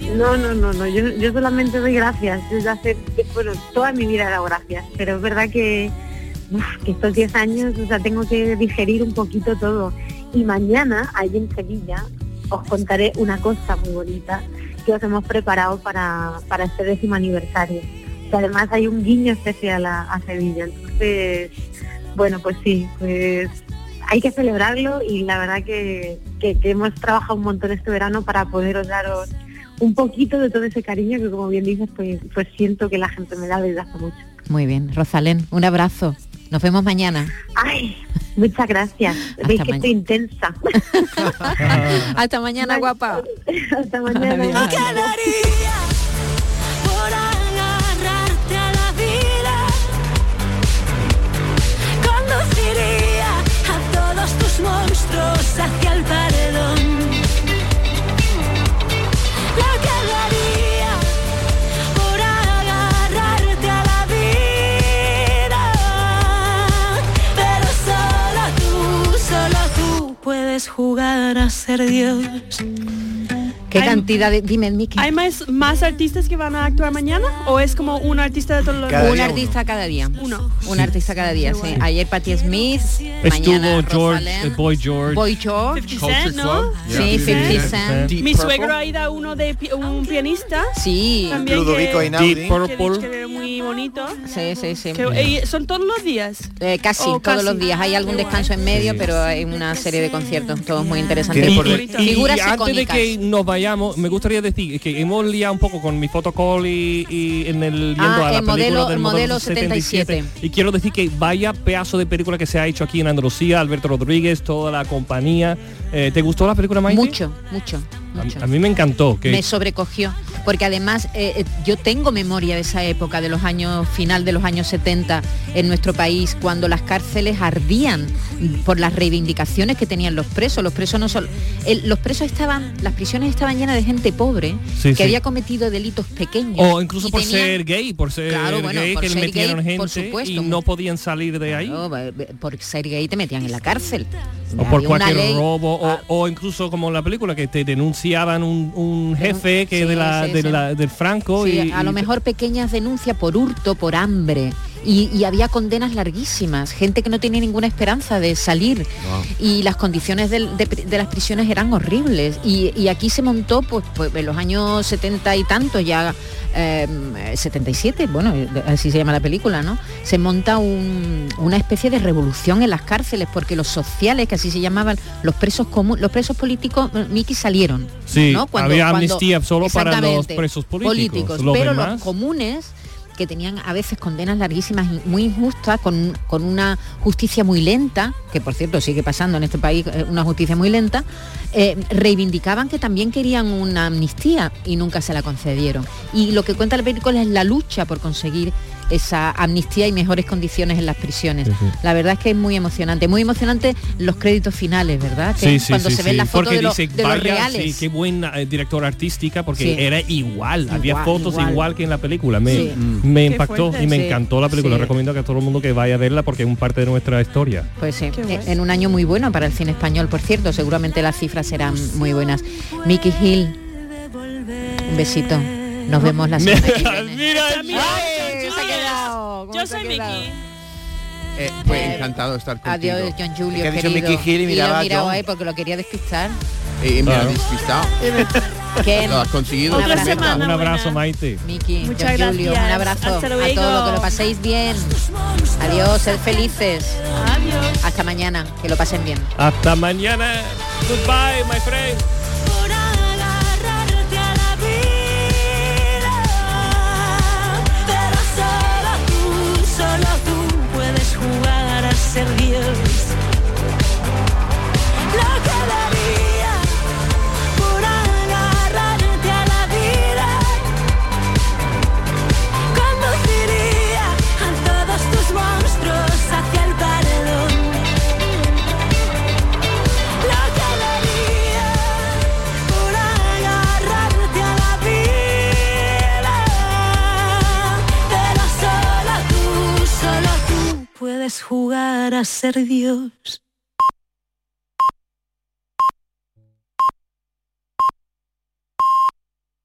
S2: ¿eh?
S22: No, no, no, no. Yo, yo solamente doy gracias. Desde hace, bueno, toda mi vida he dado gracias. Pero es verdad que, uf, que estos 10 años, o sea, tengo que digerir un poquito todo. Y mañana, allí en Sevilla, os contaré una cosa muy bonita que os hemos preparado para, para este décimo aniversario. Que además hay un guiño especial a, a Sevilla. Entonces, bueno, pues sí, pues hay que celebrarlo y la verdad que, que- que hemos trabajado un montón este verano para poderos daros un poquito de todo ese cariño que como bien dices pues, pues siento que la gente me da desde hace mucho.
S2: Muy bien, Rosalén. Un abrazo. Nos vemos mañana.
S22: Ay, muchas gracias. Veis que
S2: mañana.
S22: estoy intensa.
S2: Hasta mañana, guapa.
S22: Hasta mañana.
S13: por agarrarte a la vida. Conduciría a todos tus monstruos hacia el paredón. Lo que daría por agarrarte a la vida. Pero solo tú, solo tú puedes jugar a ser Dios.
S2: ¿Qué cantidad de... Dime, Miki.
S14: ¿Hay más, más artistas que van a actuar mañana? ¿O es como un artista de todos los
S2: un artista cada día.
S14: Uno.
S2: Un artista cada día, sí. Ayer Patti Smith, mañana
S3: Estuvo George,
S2: Rosalén,
S3: el Boy George.
S2: Boy George.
S14: 50 Cent, ¿no?
S3: Yeah.
S2: Sí, 50 Cent.
S3: Deep
S14: Mi
S3: Purple.
S14: suegro ha ido a uno de pi- un pianista.
S2: Ah, Sí.
S14: También
S2: Ludovico
S14: que,
S2: Einaudi.
S14: que-
S2: Deep
S14: que-
S2: Purple.
S14: que era muy bonito.
S2: Sí, sí, sí.
S14: Que- eh, son todos los días.
S2: Eh, casi
S14: O
S2: todos los días. Hay algún descanso en medio, pero hay una serie de conciertos todos muy interesantes.
S3: Y-
S2: Por-
S3: y- y-
S2: figuras
S3: y antes de
S2: icónicas.
S3: que nos vayamos, me gustaría decir que hemos liado un poco con mi fotocall y, y en el viendo
S2: Ah,
S3: a la
S2: el
S3: película
S2: modelo-
S3: del
S2: el modelo 77.
S3: Y quiero decir que vaya pedazo de película que se ha hecho aquí en Andalucía, Alberto Rodríguez, toda la compañía. Eh, ¿Te gustó la película, Maite?
S2: Mucho, mucho.
S3: A, a mí me encantó. Que
S2: Me sobrecogió, porque además eh, eh, yo tengo memoria de esa época, de los años final de los años 70 en nuestro país, cuando las cárceles ardían por las reivindicaciones que tenían los presos. Los presos no solo, el- los presos estaban, las prisiones estaban llenas de gente pobre
S3: Sí,
S2: que
S3: sí.
S2: había cometido delitos pequeños.
S3: o incluso
S2: y
S3: por
S2: tenían-
S3: ser gay, por ser
S2: Claro, bueno,
S3: gay,
S2: por
S3: que
S2: ser
S3: metieron
S2: gay, por
S3: gente
S2: supuesto.
S3: y no podían salir de ahí.
S2: Claro, eh, eh, por ser gay te metían en la cárcel.
S3: O por
S2: Había una
S3: cualquier
S2: ley- Ah.
S3: robo, o, o incluso como en la película, que te denunciaban un, un jefe que de la,
S2: sí,
S3: de
S2: sí.
S3: la- del Franco.
S2: Sí,
S3: y,
S2: a lo
S3: y-
S2: mejor pequeñas denuncias por hurto, por hambre. Y, y había condenas larguísimas, gente que no tenía ninguna esperanza de salir. Y las condiciones del- de, de las prisiones eran horribles. Y, y aquí se montó, pues, pues, en los años 70 y tanto, ya eh, 77, bueno, así se llama la película, ¿no? Se monta un- una especie de revolución en las cárceles, porque los sociales, que así se llamaban, los presos comunes, los presos políticos, Miki, salieron.
S3: Sí,
S2: ¿no?
S3: había amnistía solo para los
S2: Exactamente,
S3: presos políticos. Los
S2: pero
S3: demás-
S2: los comunes que tenían a veces condenas larguísimas y muy injustas, con, con una justicia muy lenta, que por cierto sigue pasando en este país eh, una justicia muy lenta, eh, reivindicaban que también querían una amnistía y nunca se la concedieron. Y lo que cuenta la película es la lucha por conseguir esa amnistía y mejores condiciones en las prisiones.
S3: Sí, sí.
S2: La verdad es que es muy emocionante, muy emocionante los créditos finales, ¿verdad? Que
S3: Sí,
S2: es ¿eh?
S3: sí,
S2: cuando
S3: sí,
S2: se ven
S3: sí.
S2: las fotos
S3: Porque
S2: de, lo-
S3: dice,
S2: de los
S3: vaya,
S2: reales.
S3: sí, qué buena eh, directora artística, porque
S2: Sí.
S3: era igual, había
S2: Igual,
S3: fotos
S2: igual.
S3: igual. que en la película. Me,
S2: Sí.
S3: mm, me
S2: Qué
S3: impactó
S2: fuerte.
S3: y me
S2: Sí,
S3: encantó la película.
S2: sí.
S3: Recomiendo que a todo el mundo que vaya a verla porque es un parte de nuestra historia.
S2: Pues sí, eh, en un año muy bueno para el cine español, por cierto, seguramente las cifras serán muy buenas. Mickey Hill, un besito. Nos vemos la semana que viene.
S3: Mira,
S14: Yo soy Mickey.
S4: Eh, fue encantado de estar contigo.
S2: Adiós, John Julio,
S4: Es que ha dicho
S2: querido.
S4: Mickey Hill y
S2: Y
S4: miraba
S2: lo
S4: a
S2: miraba
S4: John.
S2: ahí porque lo quería despistar.
S4: Eh, me ha
S3: Claro.
S4: despistado.
S2: ¿Quién?
S4: Lo has conseguido.
S2: Un abrazo.
S3: Un abrazo, Maite.
S2: Mickey,
S3: Muchas
S2: John Julio, un
S3: gracias.
S2: abrazo
S3: Hasta
S2: a
S3: luego.
S2: todos, que lo paséis bien. Adiós, sed felices. Hasta mañana, que lo pasen bien.
S3: Hasta mañana. Goodbye, my friend.
S13: por agarrarte
S8: jugar a ser Dios.